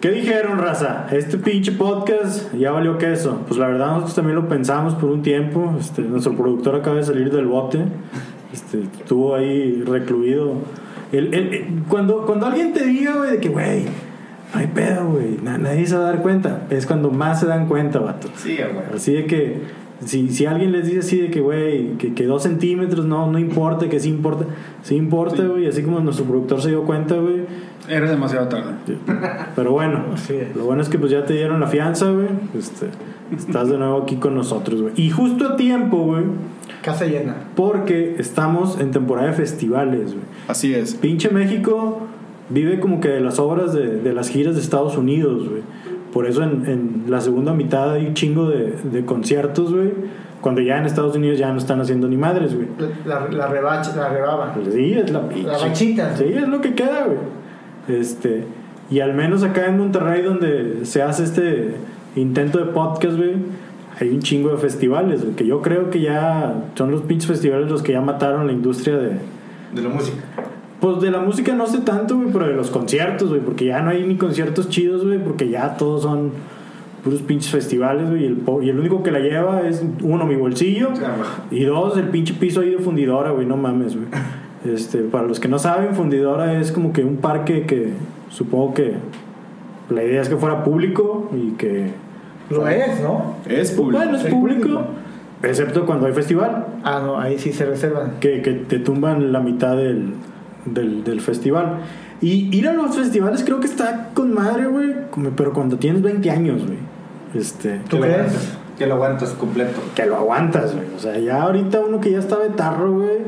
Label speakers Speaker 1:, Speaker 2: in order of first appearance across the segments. Speaker 1: ¿Qué dijeron, raza? Este pinche podcast ya valió queso. Pues la verdad, nosotros también lo pensamos por un tiempo. Este, nuestro productor acaba de salir del bote. Este, estuvo ahí recluido. El- el- el- cuando, cuando alguien te diga, güey, de que, güey, no hay pedo, güey, na- nadie se va a dar cuenta, es cuando más se dan cuenta, vato.
Speaker 2: Sí, güey.
Speaker 1: Así de que, si, si alguien les dice así de que, güey, que, que dos centímetros no, no importa, que sí importa, sí importa, güey, así como nuestro productor se dio cuenta, güey.
Speaker 3: Eres demasiado tarde.
Speaker 1: Pero bueno,
Speaker 4: Así es.
Speaker 1: lo bueno es que pues ya te dieron la fianza, güey. Este, estás de nuevo aquí con nosotros, güey. Y justo a tiempo, güey,
Speaker 4: Casa llena.
Speaker 1: porque estamos en temporada de festivales, güey.
Speaker 3: Así es.
Speaker 1: Pinche México vive como que de las obras de, de las giras de Estados Unidos, güey. Por eso en, en la segunda mitad hay un chingo de, de conciertos, güey. Cuando ya en Estados Unidos ya no están haciendo ni madres, güey.
Speaker 4: La, la rebacha, la rebaba.
Speaker 1: Pues sí, es la pinche.
Speaker 4: La bachita.
Speaker 1: Sí, es lo que queda, güey. Este, y al menos acá en Monterrey, donde se hace este intento de podcast, güey, hay un chingo de festivales, güey, que yo creo que ya son los pinches festivales los que ya mataron la industria de.
Speaker 2: De la música.
Speaker 1: Pues de la música no sé tanto, güey, pero de los conciertos, güey, porque ya no hay ni conciertos chidos, güey, porque ya todos son puros pinches festivales, güey, y el, po- y el único que la lleva es, uno, mi bolsillo,
Speaker 2: O sea, güey.
Speaker 1: y dos, el pinche piso ahí de fundidora, güey, no mames, güey. Este, para los que no saben, fundidora es como que un parque que supongo que la idea es que fuera público y que...
Speaker 4: Lo es, ¿no?
Speaker 3: Es público.
Speaker 1: Bueno, es
Speaker 4: Es
Speaker 1: público,
Speaker 4: público.
Speaker 1: excepto cuando hay festival,
Speaker 4: Ah, no, ahí sí se reservan.
Speaker 1: que, que te tumban la mitad del, del, del festival. Y ir a los festivales creo que está con madre, güey, como- pero cuando tienes 20 años, güey. Este,
Speaker 4: ¿Tú
Speaker 2: Que lo
Speaker 4: crees?
Speaker 2: aguantas, Que lo aguantas completo.
Speaker 1: que lo aguantas, güey. O sea, ya ahorita uno que ya está betarro, güey.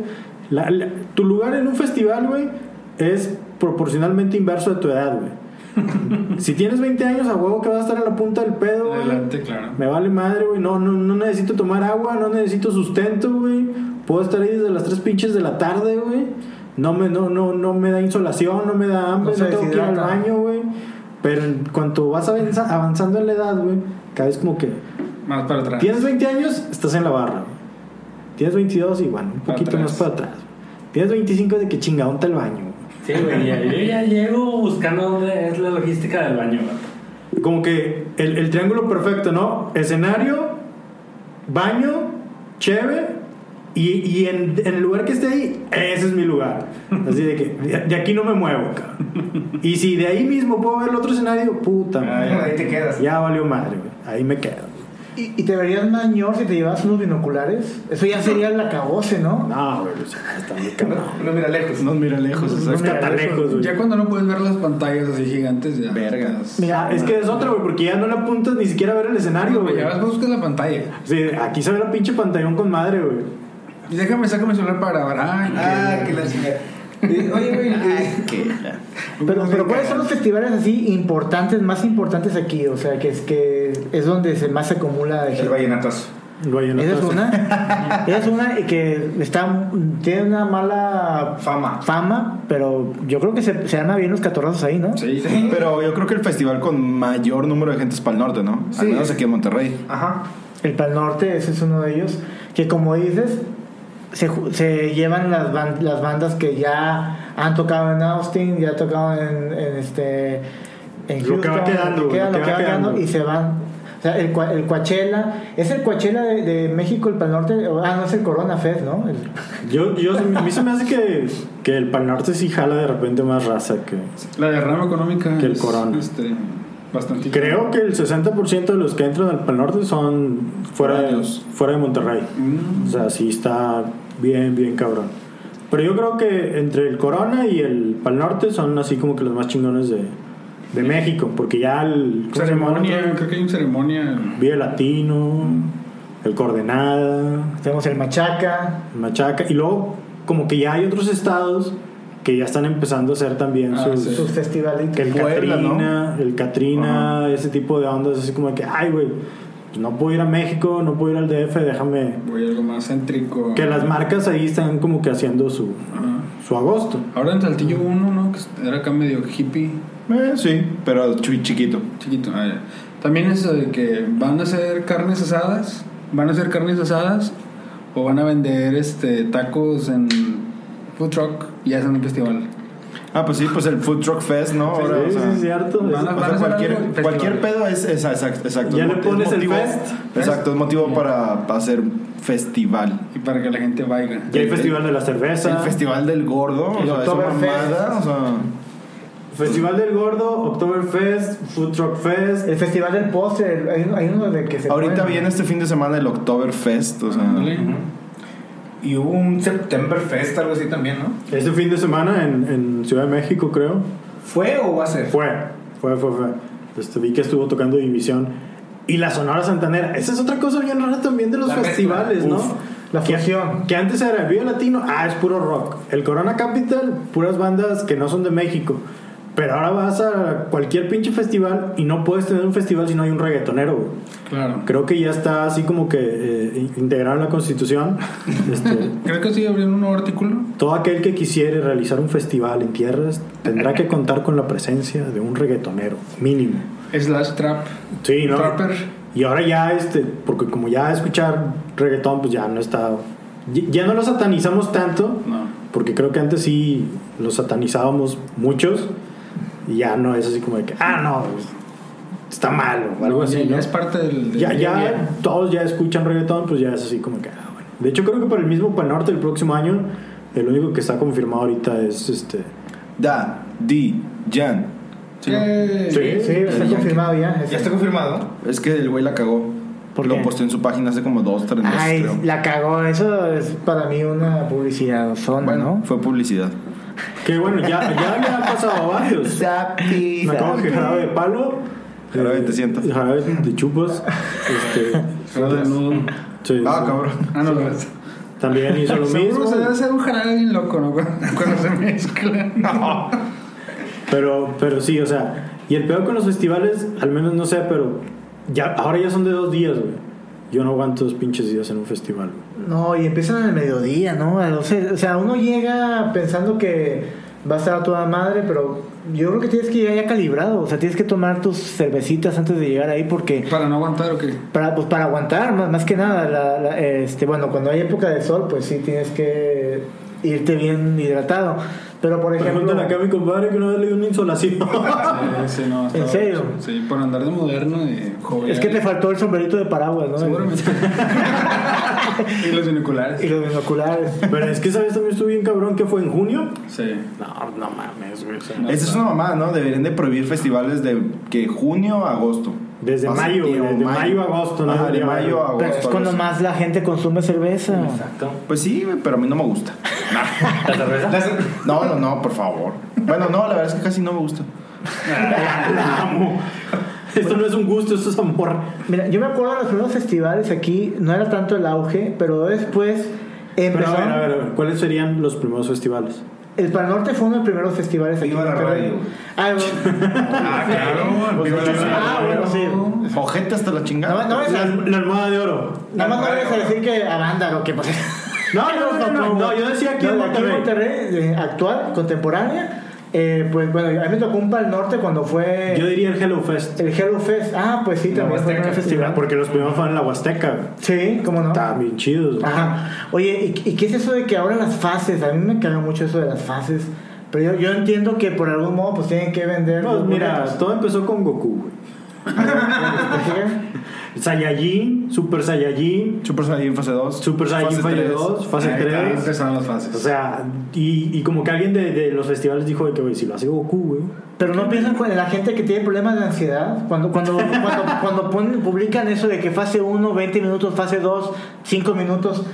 Speaker 1: la- la- tu lugar en un festival, güey, es proporcionalmente inverso de tu edad, güey. si tienes 20 años, a huevo que vas a estar en la punta del pedo, güey.
Speaker 3: Adelante, claro.
Speaker 1: Me vale madre, güey. No, no, no necesito tomar agua, no necesito sustento, güey. Puedo estar ahí desde las 3 pinches de la tarde, güey. No me, no, no, no me da insolación, no me da hambre,
Speaker 4: No
Speaker 1: no,
Speaker 4: se
Speaker 1: tengo que ir al
Speaker 4: deshidrata.
Speaker 1: baño, güey. Pero en cuanto vas avanza- avanzando en la edad, güey, cada vez como que
Speaker 3: Más para atrás.
Speaker 1: Tienes 20 años, estás en la barra. güey. Tienes 22 y bueno, un
Speaker 3: Para
Speaker 1: poquito
Speaker 3: atrás.
Speaker 1: más para atrás. Tienes 25 de que chingadón está el baño.
Speaker 5: Sí, güey, ya- yo ya llego buscando dónde es la logística del baño, güey.
Speaker 1: güey. Como que el, el triángulo perfecto, ¿no? Escenario, baño, cheve y, y en, en el lugar que esté ahí, ese es mi lugar. Así de que de, de aquí no me muevo, cabrón. Y si de ahí mismo puedo ver el otro escenario, puta
Speaker 3: Ah,
Speaker 1: madre.
Speaker 2: Ay, ahí te quedas.
Speaker 1: Ya valió madre, güey. Ahí me quedo.
Speaker 4: ¿Y, y te verías mañor si te llevas unos binoculares? Eso ya sería la cabose, ¿no?
Speaker 1: No, güey, o sea, está muy cabrón.
Speaker 2: No, no mira lejos.
Speaker 3: Nos mira lejos. o sea,
Speaker 1: Es catalejos, güey.
Speaker 3: Ya cuando no puedes ver las pantallas así gigantes, ya.
Speaker 2: Vergas.
Speaker 1: Mira, es que es otra, güey, porque ya no le apuntas ni siquiera a ver el escenario, güey.
Speaker 3: Ya vas buscas la pantalla.
Speaker 1: Sí, aquí se ve la pinche pantallón con madre, güey.
Speaker 3: Y déjame sacar mi celular para grabar.
Speaker 2: Ah,
Speaker 3: Ah,
Speaker 2: que la chingada. Eh, Oye, güey. eh,
Speaker 4: Pero, pero ¿cuáles son los festivales así importantes, más importantes aquí? O sea, que es, que es donde se más se acumula de
Speaker 2: El
Speaker 4: gente.
Speaker 2: vallenatazo.
Speaker 1: Lo hay en la
Speaker 4: Esa es
Speaker 1: taza.
Speaker 4: una. Esa es una y que está, tiene una mala
Speaker 2: Fama.
Speaker 4: fama, pero yo creo que se, se dan bien los catorrazos ahí, ¿no?
Speaker 3: Sí.
Speaker 2: Sí.
Speaker 6: Pero yo creo que el festival con mayor número de gente es para el norte, ¿no?
Speaker 2: Sí.
Speaker 6: Al menos aquí en Monterrey.
Speaker 2: Ajá.
Speaker 4: El Pal Norte, ese es uno de ellos, que como dices, se, ju- se llevan las, ban- las bandas que ya han tocado en Austin, ya han tocado en, en este... En
Speaker 1: Lo que va quedando,
Speaker 4: lo
Speaker 1: güey,
Speaker 4: que queda- lo que va quedando, y se van. O sea, el, Coa- el Coachella, es el Coachella de, de México, el Pal Norte, o- ah, no es el Corona Fest, ¿no? El-
Speaker 1: Yo, yo, a mí se me hace que, que el Pal Norte sí jala de repente más raza que...
Speaker 3: La derrama económica.
Speaker 1: Que el
Speaker 3: es,
Speaker 1: corona.
Speaker 3: Este, bastante.
Speaker 1: Creo que el 60% de los que entran al Pal Norte son fuera de,
Speaker 3: Foráneos.
Speaker 1: fuera de Monterrey.
Speaker 3: Mm.
Speaker 1: O sea, sí está bien, bien cabrón. Pero yo creo que entre el Corona y el Pal Norte son así como que los más chingones de, de México. Porque ya el... ¿cómo se llama el otro?
Speaker 3: Ceremonia, creo Mm. que hay una ceremonia.
Speaker 1: Vive Latino, el Coordenada,
Speaker 4: tenemos el Machaca,
Speaker 1: el Machaca, y luego como que ya hay otros estados que ya están empezando a hacer también
Speaker 3: Ah,
Speaker 1: sus...
Speaker 3: sí.
Speaker 4: sus festivalitos.
Speaker 1: que el
Speaker 6: Puebla,
Speaker 1: Catrina, el Catrina, ese tipo de ondas, así como que, ay, güey, pues no puedo ir a México, no puedo ir al DF, déjame...
Speaker 3: Voy a algo más céntrico.
Speaker 1: Que las marcas ahí están como que haciendo su,
Speaker 3: Ajá.
Speaker 1: su agosto.
Speaker 3: Ahora en Saltillo hubo uno, ¿no? Que era acá medio hippie,
Speaker 6: Eh, sí, pero chu- chiquito.
Speaker 3: chiquito. Ah, ya. También es de que van a hacer carnes asadas, van a hacer carnes asadas o van a vender este tacos en food truck y hacen un festival.
Speaker 6: Ah, pues sí, pues el Food Truck Fest, ¿no? Ahora, o
Speaker 1: sí,
Speaker 6: sea,
Speaker 1: es cierto.
Speaker 3: Van a-
Speaker 6: o sea,
Speaker 3: hacer algo
Speaker 6: cualquier,
Speaker 3: en festivales.
Speaker 6: cualquier pedo es, es- es- exacto.
Speaker 1: Ya
Speaker 6: es
Speaker 1: le
Speaker 6: mo- es
Speaker 1: pones el
Speaker 6: motivo-
Speaker 1: fest.
Speaker 6: Exacto, es motivo para, para hacer festival.
Speaker 3: Y para que la gente vaya.
Speaker 1: Ya hay Festival de la Cerveza.
Speaker 6: el festival del gordo, o
Speaker 4: El
Speaker 6: sea, esa
Speaker 4: Oktoberfest.
Speaker 6: mamada, o sea,
Speaker 1: Festival del Gordo, Oktoberfest, Food Truck Fest.
Speaker 4: El festival del postre, el- hay, uno- hay uno de que se.
Speaker 6: ahorita
Speaker 4: ponen-
Speaker 6: viene este fin de semana el Oktoberfest, o sea,
Speaker 3: Ándale.
Speaker 2: Y hubo un September Fest, algo así también, ¿no?
Speaker 1: Este fin de semana en, en Ciudad de México, creo.
Speaker 2: ¿Fue o va a ser?
Speaker 1: Fue, fue, fue, fue. Este, vi que estuvo tocando División. Y la Sonora Santanera. Esa es otra cosa bien rara también de los
Speaker 2: La mezcla.
Speaker 1: festivales,
Speaker 2: Uf,
Speaker 1: ¿no?
Speaker 4: la
Speaker 1: Que-
Speaker 4: fusión.
Speaker 1: Que, antes era Vivo Latino, ah, es puro rock. El Corona Capital, puras bandas que no son de México. Pero ahora vas a cualquier pinche festival y no puedes tener un festival si no hay un reggaetonero, güey.
Speaker 3: Claro.
Speaker 1: Creo que ya está así como que eh, integrado en la constitución. Este,
Speaker 3: Creo que sí abrieron un nuevo artículo.
Speaker 1: todo aquel que quisiere realizar un festival en tierras tendrá que contar con la presencia de un reggaetonero, mínimo.
Speaker 3: Slash Trap.
Speaker 1: Sí, ¿no?
Speaker 3: Trapper.
Speaker 1: Y ahora ya, este, porque como ya escuchar reggaetón, pues ya no está. ya- Ya no lo satanizamos tanto,
Speaker 3: No.
Speaker 1: porque creo que antes sí lo satanizábamos muchos, y ya no es así como de que, ah, no, pues, está malo, o algo
Speaker 3: Ya-
Speaker 1: así,
Speaker 3: ya
Speaker 1: ¿no?
Speaker 3: es parte del. del
Speaker 1: ya,
Speaker 3: día a día.
Speaker 1: ya todos ya escuchan reggaetón, pues ya es así como que, ah, bueno. De hecho, creo que para el mismo Pal Norte el próximo año, el único que está confirmado ahorita es este.
Speaker 6: Da, Di, Jan. Sí, ¿no?
Speaker 3: Eh,
Speaker 1: Sí.
Speaker 4: Sí, está
Speaker 6: El
Speaker 4: confirmado ya. ese.
Speaker 2: Ya está confirmado.
Speaker 6: Es que el güey la cagó.
Speaker 4: ¿Por
Speaker 6: lo
Speaker 4: qué?
Speaker 6: posteó en su página hace como dos, tres meses,
Speaker 4: Ay,
Speaker 6: creo.
Speaker 4: la cagó. Eso es para mí una publicidad zona,
Speaker 6: Bueno,
Speaker 4: ¿no?
Speaker 6: fue publicidad.
Speaker 1: Que bueno, ya, ya le han pasado a varios.
Speaker 4: Zapi,
Speaker 1: Me acabo que
Speaker 4: zapi.
Speaker 1: jarabe de palo.
Speaker 6: Jarabe
Speaker 1: eh,
Speaker 6: te sientas.
Speaker 1: Jarabe de chupas. Este,
Speaker 3: pero de nudo.
Speaker 1: sí,
Speaker 6: Ah,
Speaker 1: sí.
Speaker 6: cabrón.
Speaker 3: Ah, no, no. es-
Speaker 1: También hizo lo
Speaker 3: Seguro
Speaker 1: mismo.
Speaker 3: se debe hacer un jarabe bien loco, ¿no? Cuando se mezcla. No.
Speaker 1: Pero, pero sí, o sea. Y el peor con los festivales, al menos no sé, pero ya, ahora ya son de dos días, güey. Yo no aguanto dos pinches días en un festival. güey.
Speaker 4: No, y empiezan en el mediodía, ¿no? A las seis- o sea, uno llega pensando que va a estar a toda madre, pero yo creo que tienes que llegar ya calibrado. O sea, tienes que tomar tus cervecitas antes de llegar ahí porque...
Speaker 3: Para no aguantar o qué.
Speaker 4: Para, pues, para aguantar, más, más que nada. la- la- este, bueno, cuando hay época de sol, pues sí tienes que irte bien hidratado. Pero, por ejemplo...
Speaker 1: Pregúntale acá a mi compadre que una vez le dio una insolación.
Speaker 3: Sí, sí, no, estaba-
Speaker 4: ¿En serio?
Speaker 3: Sí, por andar de moderno y joven.
Speaker 4: Es que te faltó el sombrerito de paraguas, ¿no?
Speaker 3: Seguramente. y los
Speaker 4: Y
Speaker 3: binoculares.
Speaker 4: los binoculares.
Speaker 1: pero es que, ¿sabes? También estuve bien cabrón que fue en junio.
Speaker 3: Sí.
Speaker 1: No, no mames, güey. o sea,
Speaker 3: No,
Speaker 6: Esa es
Speaker 3: no.
Speaker 6: una mamada, ¿no? Deberían de prohibir festivales de que junio a agosto.
Speaker 1: Desde
Speaker 6: Pasa
Speaker 1: mayo,
Speaker 6: tío,
Speaker 1: güey, de mayo a agosto, ¿no?
Speaker 6: Ajá, de
Speaker 1: Debería
Speaker 6: mayo a
Speaker 1: haber.
Speaker 6: agosto.
Speaker 4: Pero es
Speaker 6: algo
Speaker 4: cuando
Speaker 6: así.
Speaker 4: más la gente consume cerveza.
Speaker 5: Exacto.
Speaker 6: Pues sí, güey, pero a mí no me gusta.
Speaker 5: ¿La cerveza?
Speaker 2: La cer-
Speaker 6: No, no, no, por favor. Bueno, no, la verdad es que casi no me gusta.
Speaker 1: La amo. Esto no es un gusto, esto es amor.
Speaker 4: Mira, yo me acuerdo de los primeros festivales aquí, no era tanto el auge, pero después
Speaker 1: Pero a
Speaker 4: empezaron.
Speaker 1: ver, a ver, a ver, ¿cuáles serían los primeros festivales?
Speaker 4: El Pal Norte fue uno de los primeros festivales aquí.
Speaker 2: Viva
Speaker 4: en
Speaker 2: la
Speaker 4: Monterrey.
Speaker 2: radio.
Speaker 4: Ah, bueno.
Speaker 2: Ah, claro.
Speaker 1: Pues,
Speaker 2: viva la
Speaker 1: sí,
Speaker 2: radio.
Speaker 4: ah, bueno, sí.
Speaker 6: Ojete hasta la
Speaker 4: No,
Speaker 6: chingada.
Speaker 4: no, es-
Speaker 1: La, la almohada de oro.
Speaker 4: nada más no vayas a decir que Avándaro, que pues.
Speaker 1: No, no, no, no, no, no, yo decía aquí en
Speaker 4: No,
Speaker 1: Monterrey.
Speaker 4: eh, actual, contemporánea. Eh, pues bueno, a mí me tocó un Pal Norte cuando fue
Speaker 1: Yo diría el Hello Fest.
Speaker 4: el Hello Fest. Ah, pues sí,
Speaker 2: La
Speaker 4: también fue un
Speaker 2: Huasteca.
Speaker 4: festival.
Speaker 1: Porque los primeros fueron en la Huasteca.
Speaker 4: Sí, cómo no. Ah,
Speaker 1: Estaban bien chidos. güey.
Speaker 4: Ajá. Oye, ¿y, y qué es eso de que ahora las fases? A mí me caga mucho eso de las fases. Pero yo, yo entiendo que por algún modo pues tienen que vender.
Speaker 1: Pues
Speaker 4: los
Speaker 1: mira,
Speaker 4: boletos. Este,
Speaker 1: todo empezó con Goku, güey. Saiyajin, Super Saiyajin,
Speaker 6: Super Saiyan fase 2.
Speaker 1: Super Saiyajin Fase 2, Fase
Speaker 3: Ahí está,
Speaker 1: 3.
Speaker 3: empezaron las
Speaker 1: O
Speaker 3: fases.
Speaker 1: sea, y, y como que alguien de, de los festivales dijo de que, güey, si lo hace Goku, güey.
Speaker 4: Pero no piensan en la gente que tiene problemas de ansiedad. Cuando cuando cuando, cuando ponen- publican eso de que fase 1, 20 minutos, fase 2, 5 minutos.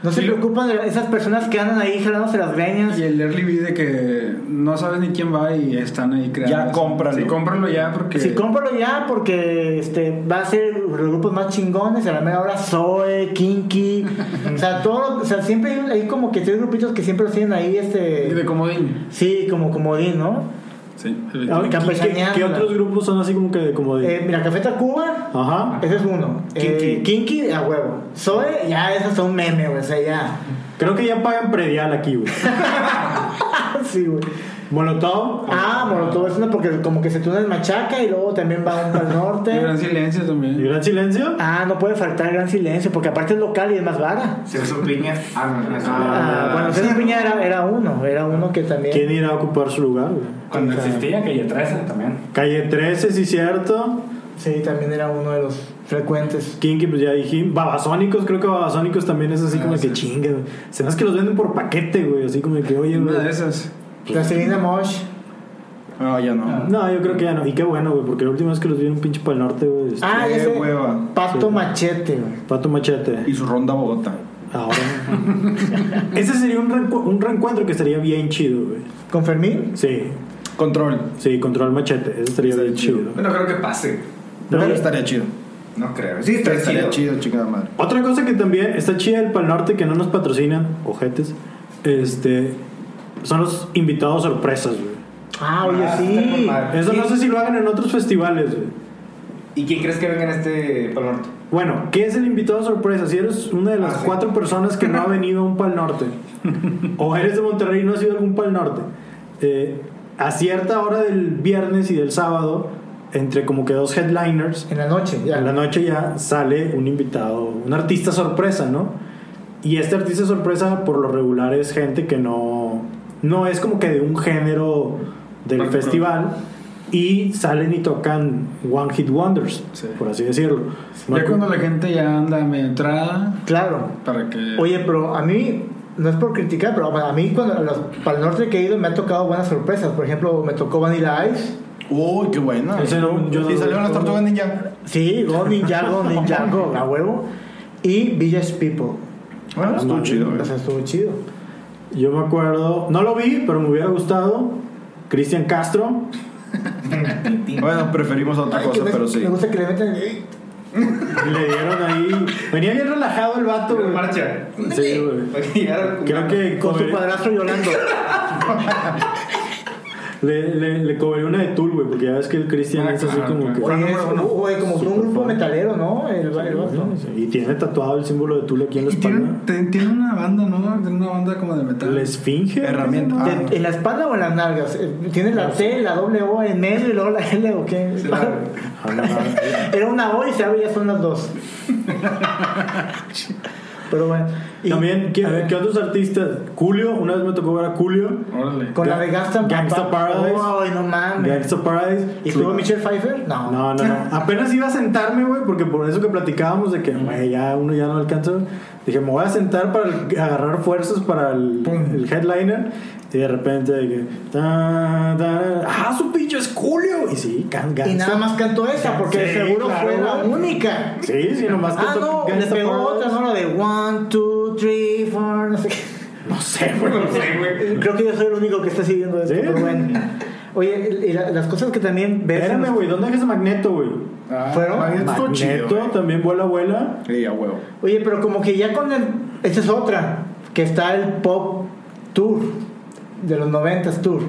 Speaker 4: No se
Speaker 3: Sí.
Speaker 4: preocupan de esas personas que andan ahí jalándose las greñas.
Speaker 3: Y el early B de que no sabes ni quién va y están ahí creando.
Speaker 6: Ya,
Speaker 3: eso.
Speaker 6: cómpralo.
Speaker 3: Sí, cómpralo ya porque.
Speaker 4: Si cómpralo ya porque este va a ser los grupos más chingones, a la mera hora Zoe, Kinky, o sea, todo, o sea, siempre hay, hay como que tres grupitos que siempre los tienen ahí
Speaker 3: Y de
Speaker 4: este
Speaker 3: comodín.
Speaker 4: sí, como comodín, ¿no?
Speaker 3: Sí.
Speaker 1: ¿Qué, qué,
Speaker 4: Campechaneando.
Speaker 1: qué otros grupos son así como que como de...
Speaker 4: Eh, mira, Café Tacuba,
Speaker 1: Ajá.
Speaker 4: ese es uno. Eh, Kinky a huevo. Zoe, ya esos son meme, güey, o sea, ya.
Speaker 1: Creo que ya pagan predial aquí, güey.
Speaker 4: sí, güey.
Speaker 1: Molotov.
Speaker 4: Ah, Molotov es una porque como que se tuna en Machaca y luego también va un al
Speaker 3: Y
Speaker 4: norte.
Speaker 3: gran silencio
Speaker 1: ¿Y
Speaker 3: también.
Speaker 1: gran silencio?
Speaker 4: Ah, no puede faltar Gran Silencio porque aparte es local y es más vara.
Speaker 2: Celso Piña. Ah, no, no es
Speaker 4: Ah, bueno, César Piña era, era uno, era uno que también...
Speaker 1: ¿Quién irá a ocupar su lugar? güey?
Speaker 5: Cuando existía Calle 13 también.
Speaker 1: Calle 13, sí, cierto.
Speaker 4: Sí, también era uno de los frecuentes.
Speaker 1: Kinky, pues ya dijimos. Babasónicos, creo que Babasónicos también es
Speaker 3: Ah,
Speaker 1: así como que chinga, güey. Se me hace que los venden por paquete, güey. Así como que, oye, güey.
Speaker 3: Una de esas.
Speaker 4: La Selena Mosh.
Speaker 6: No, Ah, ya no.
Speaker 1: No, yo creo que ya no. Y qué bueno, güey, porque la última vez que los vi en un pinche pa'l norte, güey. este,
Speaker 4: Ah,
Speaker 6: Qué
Speaker 4: ya sé.
Speaker 6: hueva.
Speaker 4: Pato Machete, güey.
Speaker 1: Pato Machete.
Speaker 6: Y su ronda Bogotá.
Speaker 1: Ahora. Ese sería un, reencu- un reencuentro que estaría bien chido, güey.
Speaker 4: ¿Con Fermín?
Speaker 1: Sí,
Speaker 6: Control.
Speaker 1: sí, control machete. Ese estaría bien chido.
Speaker 2: No creo que pase.
Speaker 1: ¿No?
Speaker 6: Pero estaría chido.
Speaker 2: No creo. Sí, está
Speaker 6: Estaría
Speaker 2: chido.
Speaker 6: chido, chingada madre.
Speaker 1: Otra cosa que también está chida el Pal Norte que no nos patrocinan, ojetes, este, son los invitados sorpresas, güey.
Speaker 4: Ah, oye,
Speaker 2: Ah, está con
Speaker 4: sí.
Speaker 2: madre.
Speaker 1: Eso no sé si lo hagan en otros festivales, güey.
Speaker 2: ¿Y quién crees que venga en este Pal Norte?
Speaker 1: Bueno, ¿qué es el invitado sorpresa? Si eres una de las
Speaker 2: Ah, sí.
Speaker 1: cuatro personas que no ha venido a un Pal Norte, o eres de Monterrey y no has ido a algún Pal Norte, eh, a cierta hora del viernes y del sábado, entre como que dos headliners,
Speaker 4: En la noche, ya.
Speaker 1: En la noche ya sale un invitado, un artista sorpresa, ¿no? Y este artista sorpresa por lo regular es gente que no, no es como que de un género del
Speaker 3: Particular.
Speaker 1: festival y salen y tocan One Hit Wonders,
Speaker 3: Sí.
Speaker 1: por así decirlo.
Speaker 3: Ya cuando la gente ya anda medio entrada
Speaker 4: Claro.
Speaker 3: para que...
Speaker 4: Oye, pero a mí, no es por criticar, pero a mí cuando a los, para el norte que he ido me ha tocado buenas sorpresas. Por ejemplo, me tocó Vanilla Ice.
Speaker 6: Uy, qué buena.
Speaker 1: Ese no, yo no
Speaker 6: y
Speaker 1: lo
Speaker 6: salieron las
Speaker 1: recuerdo.
Speaker 6: tortugas ninja.
Speaker 4: Sí, Go Ninjago, Ninjago, a huevo. Y Village People.
Speaker 6: Ah, estuvo
Speaker 1: madre.
Speaker 6: chido, güey.
Speaker 4: O sea, estuvo chido.
Speaker 1: Yo me acuerdo, no lo vi, pero me hubiera gustado. Cristian Castro,
Speaker 6: Bueno, preferimos otra cosa,
Speaker 4: me,
Speaker 6: pero sí.
Speaker 4: me gusta que le metan.
Speaker 1: le dieron ahí. Venía bien relajado el vato,
Speaker 2: En
Speaker 1: güey.
Speaker 2: marcha.
Speaker 1: Sí, güey.
Speaker 2: Para que llegara al
Speaker 1: Creo
Speaker 2: cubano.
Speaker 1: que
Speaker 4: Con tu
Speaker 1: cobré-
Speaker 4: padrastro Yolando.
Speaker 1: le, le, le cobré una de Tool, güey, porque ya ves que el Cristian
Speaker 2: Ah,
Speaker 1: es así
Speaker 2: claro,
Speaker 1: como que.
Speaker 2: claro.
Speaker 4: Oye, es,
Speaker 2: número uno.
Speaker 4: oye, como que un
Speaker 1: Super
Speaker 4: grupo
Speaker 1: fan.
Speaker 4: metalero, ¿no? El, el vato.
Speaker 1: Sí, Y tiene tatuado el símbolo de Tula aquí en la
Speaker 3: Y tiene,
Speaker 1: espalda.
Speaker 3: te- tiene una banda, ¿no? Tiene una banda como de metal.
Speaker 1: La esfinge.
Speaker 6: Herramienta. Ah,
Speaker 4: ¿En la espalda o en las nalgas? Eh, ¿Tiene la T, la doble O en medio y luego la L o qué?
Speaker 2: Se la-
Speaker 1: Ah, no, no.
Speaker 4: Era una O y se abre ya son las dos. Pero bueno. Y
Speaker 1: También, ¿qué,
Speaker 4: a ver,
Speaker 1: qué otros artistas? Julio, una vez me tocó ver a Julio.
Speaker 3: Órale.
Speaker 4: Con la de Gangsta,
Speaker 1: Gangsta Paradise.
Speaker 4: Oh, ay, no mames.
Speaker 1: Gangsta Paradise.
Speaker 4: ¿Y estuvo Michelle Pfeiffer? No.
Speaker 1: No, no, no. Apenas iba a sentarme, güey, porque por eso que platicábamos de que, güey, ya uno ya no alcanza. Dije, me voy a sentar para el- agarrar fuerzas para el, el headliner. Y de repente, de que. ta, ta, ¡Ah, su pinche es Julio! Y sí, can,
Speaker 4: Y
Speaker 1: Gangsta.
Speaker 4: nada más cantó esa porque
Speaker 1: Sí,
Speaker 4: seguro
Speaker 1: claro,
Speaker 4: fue la
Speaker 1: güey.
Speaker 4: única.
Speaker 1: Sí, sí, nomás
Speaker 4: Ah,
Speaker 1: cantó
Speaker 4: no, le
Speaker 1: Gangsta
Speaker 4: pegó
Speaker 1: Paradise.
Speaker 4: otra, ¿no? La de one, two, three, four, no sé qué.
Speaker 1: No sé, güey.
Speaker 2: No sé, güey.
Speaker 4: Creo que yo soy el único que está siguiendo esto,
Speaker 1: ¿Sí?
Speaker 4: pero bueno. Oye, y la- las cosas que también ves. en
Speaker 1: Espérame,
Speaker 4: los-
Speaker 1: güey, ¿dónde dejas a Magneto, güey?
Speaker 6: Ah,
Speaker 4: ¿Fueron?
Speaker 6: Magneto estuvo chido. eh.
Speaker 1: Magneto también vuela, vuela.
Speaker 6: Sí, a huevo.
Speaker 4: Oye, pero como que ya con el. Esta es otra, que está el Pop Tour, de los 90s Tour,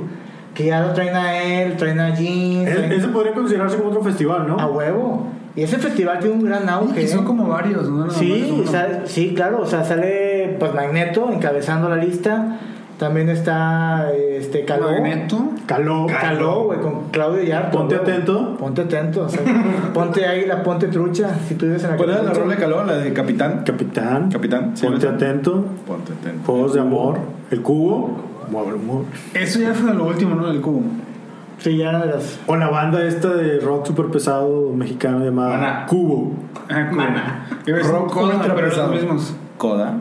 Speaker 4: que ya lo traen a él, traen a Jeans.
Speaker 1: Es-
Speaker 4: traen-
Speaker 1: ese podría considerarse como otro festival,
Speaker 4: A
Speaker 1: ¿no?
Speaker 4: huevo. Y ese festival tiene un gran auge.
Speaker 3: Y son
Speaker 4: ¿eh?
Speaker 3: como varios, ¿no? Nada más es
Speaker 4: Sí,
Speaker 3: uno.
Speaker 4: sale- sí, claro, o sea, sale pues Magneto encabezando la lista. También está este Caló.
Speaker 3: Magneto.
Speaker 1: Caló.
Speaker 4: Caló, güey, con Claudio Yarto.
Speaker 1: Ponte
Speaker 4: güey.
Speaker 1: atento.
Speaker 4: Ponte atento. o sea, ponte águila, ponte trucha. Si tú vives en la
Speaker 6: ¿Cuál era la
Speaker 4: Acapulco.
Speaker 6: rola de calor? La de Capitán.
Speaker 1: Capitán.
Speaker 6: Capitán, sí,
Speaker 1: Ponte
Speaker 6: ahorita.
Speaker 1: atento.
Speaker 6: Ponte atento.
Speaker 1: Juegos de amor. El cubo. Mueve el humor.
Speaker 3: Eso ya fue lo último, ¿no? Del cubo.
Speaker 4: Sí, ya era de las.
Speaker 1: O la banda esta de rock super pesado mexicano llamada
Speaker 2: Maná.
Speaker 1: Cubo.
Speaker 3: Ah, cubo. Iba a decir
Speaker 6: Rock
Speaker 3: Coda,
Speaker 6: ultra
Speaker 3: pero eran
Speaker 6: pesado.
Speaker 3: los mismos.
Speaker 6: Coda.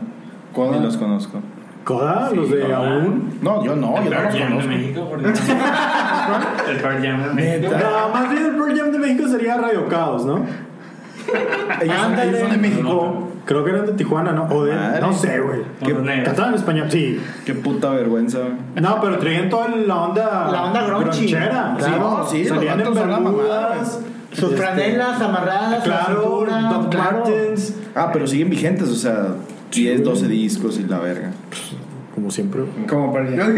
Speaker 3: Coda.
Speaker 6: Ni los conozco.
Speaker 1: ¿Coda? ¿Los Pues, de
Speaker 5: Coda.
Speaker 1: aún?
Speaker 6: No, yo no, yo
Speaker 5: el
Speaker 6: no
Speaker 5: Pearl
Speaker 6: los
Speaker 5: Jam de
Speaker 6: conozco.
Speaker 5: México, por ejemplo. El Pearl Jam de México.
Speaker 1: No, más bien el Pearl Jam de México sería Radio Caos, ¿no?
Speaker 6: Ellos Ah, son-
Speaker 1: Ándale.
Speaker 6: ellos son de México.
Speaker 5: No,
Speaker 1: Creo que eran de Tijuana, ¿no? O de...
Speaker 6: Madre.
Speaker 1: No sé, güey.
Speaker 5: Por los negros.
Speaker 1: Cantaban en español, sí.
Speaker 6: Qué puta vergüenza. güey.
Speaker 1: No, pero traían toda la onda.
Speaker 4: La onda grungy.
Speaker 1: gronchera.
Speaker 4: Claro,
Speaker 6: sí, los
Speaker 1: salían en
Speaker 6: vatos hablan
Speaker 1: bermudas.
Speaker 4: Sus
Speaker 1: este,
Speaker 4: franelas amarradas, la
Speaker 1: Claro,
Speaker 4: cintura,
Speaker 1: Doc
Speaker 4: claro.
Speaker 1: Martens.
Speaker 6: Ah, pero siguen vigentes, o sea, 10, 12 discos y la verga.
Speaker 1: Como siempre.
Speaker 2: Como Pearl Jam.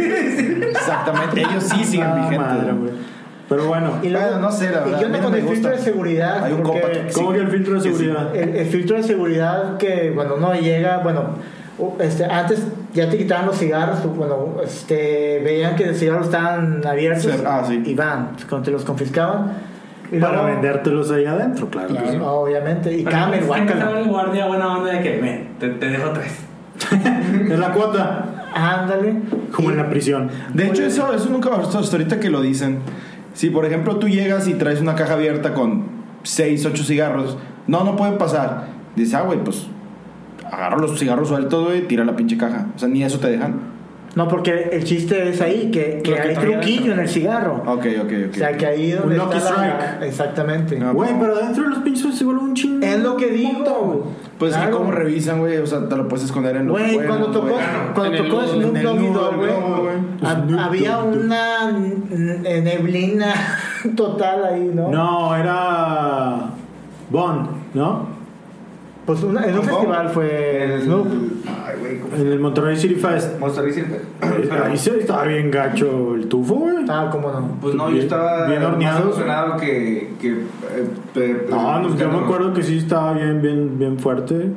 Speaker 6: Exactamente, ellos sí siguen
Speaker 1: Ah, madre,
Speaker 6: vigentes.
Speaker 1: güey. Pero bueno,
Speaker 4: Y luego-
Speaker 6: Bueno, no sé, la
Speaker 4: ¿Y
Speaker 6: verdad,
Speaker 4: qué onda
Speaker 6: a mí
Speaker 4: con
Speaker 6: me
Speaker 4: el filtro
Speaker 6: gusta.
Speaker 4: de seguridad?
Speaker 6: Hay un
Speaker 4: Porque
Speaker 6: compa que-
Speaker 1: ¿cómo que el filtro de
Speaker 6: que sí.
Speaker 1: seguridad?
Speaker 4: el, el filtro de seguridad que cuando uno llega, bueno, o, este, antes ya te quitaban los cigarros, o, bueno, este, veían que los cigarros estaban abiertos
Speaker 6: Cer- ah, sí.
Speaker 4: y van, cuando te los confiscaban. Y
Speaker 1: Para
Speaker 4: luego-
Speaker 1: vendértelos ahí adentro, claro.
Speaker 3: Claro.
Speaker 1: pues,
Speaker 4: No, obviamente. Y
Speaker 5: Pero
Speaker 4: Camel,
Speaker 5: es que no estaba
Speaker 4: guácala.
Speaker 5: el guardia buena onda de que, ven, te, te dejo tres.
Speaker 1: Es la cuota,
Speaker 4: Ándale.
Speaker 1: como en la prisión.
Speaker 6: De hecho, eso, eso nunca bajó hasta ahorita que lo dicen. Si, por ejemplo, tú llegas y traes una caja abierta con 6, 8 cigarros, no, no pueden pasar. Dices, ah, güey, pues agarra los cigarros sueltos, güey, tira la pinche caja. O sea, ni eso te dejan.
Speaker 4: No, porque el chiste es ahí, que, que
Speaker 3: Lo que
Speaker 4: hay
Speaker 3: traía
Speaker 4: truquillo
Speaker 3: dentro.
Speaker 4: en el cigarro.
Speaker 6: Ok, ok,
Speaker 4: O sea,
Speaker 6: ok.
Speaker 4: que ahí donde
Speaker 1: lucky
Speaker 4: está la-
Speaker 1: strike.
Speaker 4: Exactamente.
Speaker 6: No.
Speaker 1: Ah, Güey, pero adentro de los pinches se vuelve un chingo.
Speaker 4: Es lo que digo.
Speaker 6: Pues es que
Speaker 4: Claro.
Speaker 6: cómo revisan, güey, o sea, te lo puedes esconder en los
Speaker 4: Güey,
Speaker 6: juegos,
Speaker 4: cuando tocó,
Speaker 6: güey.
Speaker 4: cuando
Speaker 3: en el
Speaker 4: tocó
Speaker 3: nudo,
Speaker 4: Snoop
Speaker 6: en el
Speaker 4: Doggy
Speaker 6: nudo,
Speaker 4: Dogg, güey,
Speaker 6: no, güey.
Speaker 4: ha-
Speaker 1: Snoop
Speaker 4: había
Speaker 1: Dogg.
Speaker 4: una n- neblina total ahí, ¿no?
Speaker 1: No, era. Bon, ¿no?
Speaker 4: Pues una- en un
Speaker 2: ¿Cómo?
Speaker 4: festival fue
Speaker 2: El-
Speaker 4: Snoop.
Speaker 2: Ay, güey, ¿cómo se
Speaker 1: En el Monterrey City Fest.
Speaker 2: Monster Racing, güey. Pero-
Speaker 1: Ahí se estaba bien gacho el tufo, güey.
Speaker 4: Ah, cómo no.
Speaker 2: Pues no, yo
Speaker 1: Bien-
Speaker 2: estaba
Speaker 1: bien horneado,
Speaker 2: más emocionado que... que eh, pe-
Speaker 1: No, no, yo
Speaker 2: buscando-
Speaker 1: me acuerdo que sí estaba bien, bien, bien fuerte.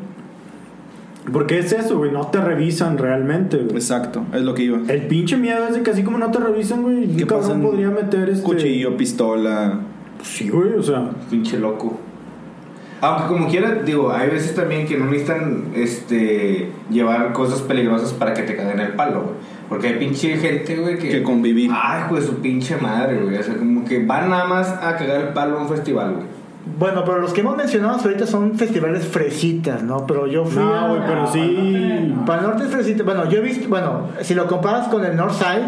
Speaker 1: Porque es eso, güey, no te revisan realmente, güey.
Speaker 6: Exacto, es lo que iba.
Speaker 1: El pinche miedo es de que así como no te revisan, güey, un
Speaker 6: ¿Qué
Speaker 1: cabrón
Speaker 6: pasan?
Speaker 1: podría meter este...
Speaker 6: Cuchillo, pistola.
Speaker 1: Pues sí, güey, o sea...
Speaker 2: Pinche loco. Aunque como quiera, digo, hay veces también que no necesitan este, llevar cosas peligrosas para que te caguen el palo, güey. Porque hay pinche gente, güey, que...
Speaker 6: Que convivir.
Speaker 2: Ay, hijo de su pinche madre, güey. O sea, como que van nada más a cagar el palo a un festival, güey.
Speaker 4: Bueno, pero los que hemos mencionado hasta ahorita son festivales fresitas, ¿no? Pero yo fui a-
Speaker 1: No, güey, pero sí...
Speaker 4: Para el norte es fresita. Bueno, yo he visto, bueno, si lo comparas con el Northside,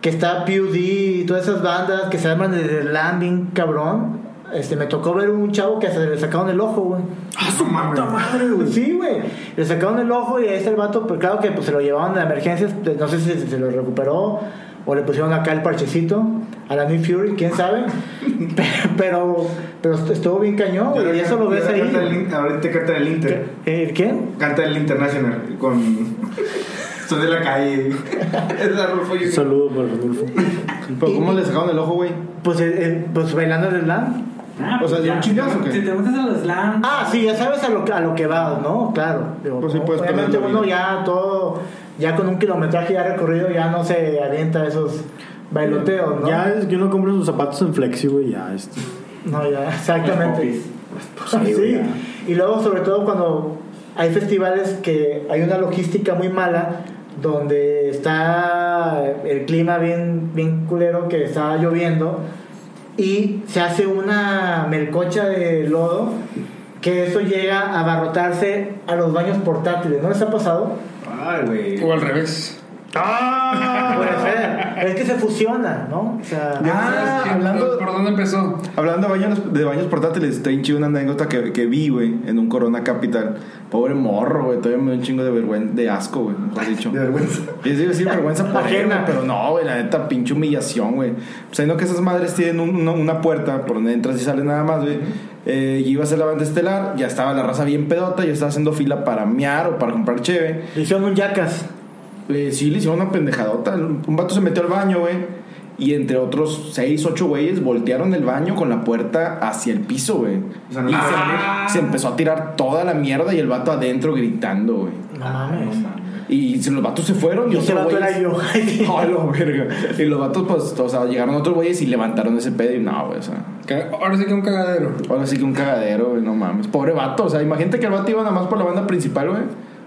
Speaker 4: que está PUD y todas esas bandas que se llaman desde el Landing, cabrón. Este, me tocó ver un chavo que hasta le sacaron el ojo, güey.
Speaker 1: ¡Ah, su puta madre, güey!
Speaker 4: Sí, güey. Le sacaron el ojo y ahí está el vato, pero claro que pues, se lo llevaron a emergencias, pues, no sé si se, se lo recuperó o le pusieron acá el parchecito a la New Fury, quién sabe. pero, pero estuvo bien cañón, güey, y eso lo ves
Speaker 2: Ahora
Speaker 4: ahí.
Speaker 2: canta el- Ahorita canta el Inter.
Speaker 4: ¿Qué? ¿El quién?
Speaker 2: Canta el International con... Son de la calle. es Arnulfo
Speaker 1: Un
Speaker 2: Junior.
Speaker 1: saludo para Rodolfo.
Speaker 6: Pero ¿cómo le sacaron el ojo, güey?
Speaker 4: Pues, el- el- pues bailando el slam.
Speaker 5: Ah,
Speaker 6: O sea,
Speaker 5: pues
Speaker 6: ¿de un
Speaker 5: ya,
Speaker 6: chingazo o qué?
Speaker 5: Si te metes al slam.
Speaker 4: Ah, sí, ya sabes a lo que, a lo que vas, ¿no? Claro. Digo,
Speaker 6: Pues sí, puedes
Speaker 4: obviamente
Speaker 6: perder la
Speaker 4: uno
Speaker 6: vida.
Speaker 4: ya todo, ya con un kilometraje ya recorrido, ya no se avienta esos bailoteos, ¿no?
Speaker 1: Ya es que uno compra sus zapatos en flexi, güey, ya. este. Esto.
Speaker 4: No, ya, exactamente.
Speaker 1: popis. Sí,
Speaker 4: Sí.
Speaker 1: ya.
Speaker 4: Y luego, sobre todo, cuando hay festivales que hay una logística muy mala, donde está el clima bien, bien culero, que está lloviendo, y se hace una melcocha de lodo, que eso llega a abarrotarse a los baños portátiles. ¿No les ha pasado?
Speaker 2: Ay, güey.
Speaker 3: O al revés.
Speaker 4: Puede ser. Es que se fusiona, ¿no? O sea,
Speaker 6: Ah, hablando-
Speaker 3: ¿Por dónde empezó?
Speaker 6: Hablando de baños, de baños portátiles, está bien chida una anécdota que, que vi, güey, en un Corona Capital. Pobre morro, güey, todavía me da un chingo de vergüenza, de asco, güey, mejor dicho.
Speaker 2: De vergüenza.
Speaker 6: Yo sí decir vergüenza por él,
Speaker 4: Ajena.
Speaker 6: güey, pero no, güey, la neta, pinche humillación, güey. Sabiendo que esas madres tienen un- una, una puerta por donde entras y sales nada más, güey. Eh, y iba a ser la banda estelar, ya estaba la raza bien pedota, yo estaba haciendo fila para mear o para comprar cheve.
Speaker 4: le hicieron un yacas.
Speaker 6: Eh, sí, le hicieron una pendejadota. Un vato se metió al baño, güey. Y entre otros seis, ocho güeyes voltearon el baño con la puerta hacia el piso, güey.
Speaker 2: O sea, no
Speaker 6: y
Speaker 2: la
Speaker 6: se,
Speaker 5: Ah.
Speaker 2: abrieron.
Speaker 6: se empezó a tirar toda la mierda y el vato adentro gritando, güey.
Speaker 4: No mames.
Speaker 6: Y se- los vatos se fueron.
Speaker 4: Y ese
Speaker 6: otros
Speaker 4: vato era
Speaker 6: güeyes-
Speaker 4: yo.
Speaker 6: A la verga. Y los vatos, pues, o sea, llegaron otros güeyes y levantaron ese pedo y no, güey, o sea.
Speaker 3: Ca- Ahora sí que un cagadero.
Speaker 6: Ahora sí que un cagadero, güey, no mames. Pobre vato, o sea, imagínate que el vato iba nada más por la banda principal, güey.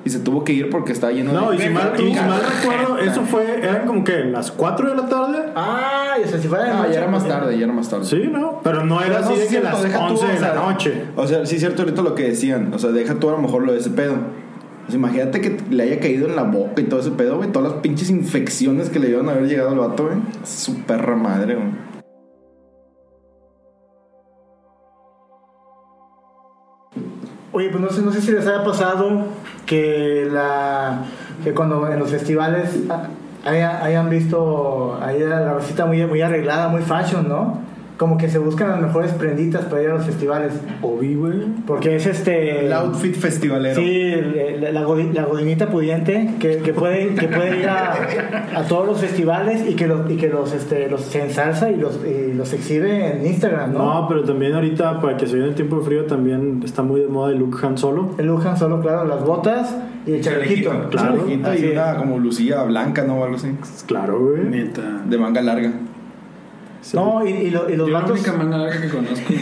Speaker 6: Y se tuvo que ir porque estaba lleno de...
Speaker 1: No, y si mal, y si mal
Speaker 6: Cagada.
Speaker 1: recuerdo, eso fue... Eran como que las 4 de la tarde.
Speaker 4: Ah, o sea, si fuera de
Speaker 6: Ah,
Speaker 4: noche,
Speaker 6: ya era más
Speaker 4: pues,
Speaker 6: tarde, ya era más tarde.
Speaker 1: Sí, ¿no? Pero no era así de
Speaker 6: sí es
Speaker 1: que
Speaker 6: cierto,
Speaker 1: las
Speaker 6: deja tú,
Speaker 1: 11 de
Speaker 6: o sea,
Speaker 1: la noche.
Speaker 6: O sea, sí es cierto ahorita lo que decían. O sea, deja tú a lo mejor lo de ese pedo. O sea, imagínate que le haya caído en la boca y todo ese pedo, güey. Todas las pinches infecciones que le iban a haber llegado al vato, güey. Su perra madre, güey.
Speaker 4: Oye, pues no sé, no sé si les haya pasado que la que cuando en los festivales ah, haya- hayan visto ahí a la recita muy, muy arreglada, muy fashion, ¿no? Como que se buscan las mejores prenditas para ir a los festivales.
Speaker 1: Obi, güey.
Speaker 4: Porque es este.
Speaker 6: El outfit festivalero.
Speaker 4: Sí, el- la, la godi- la godinita pudiente que, que puede, que puede ir a, a todos los festivales y que, los, y que los, este, los se ensalza y los, y los exhibe en Instagram, ¿no?
Speaker 1: No, pero también ahorita, para que se viene el tiempo de frío, también está muy de moda el look Han Solo.
Speaker 4: El Lujan solo, claro, las botas Y el chalequito.
Speaker 2: Chalequito.
Speaker 1: Claro,
Speaker 6: Chalequita y
Speaker 4: así es.
Speaker 6: una como lucilla blanca, ¿no? O algo así.
Speaker 1: Claro, güey.
Speaker 3: Neta.
Speaker 6: De manga larga.
Speaker 4: No, y, y lo- y los
Speaker 3: Yo la
Speaker 4: vatos.
Speaker 3: única manga larga que conozco.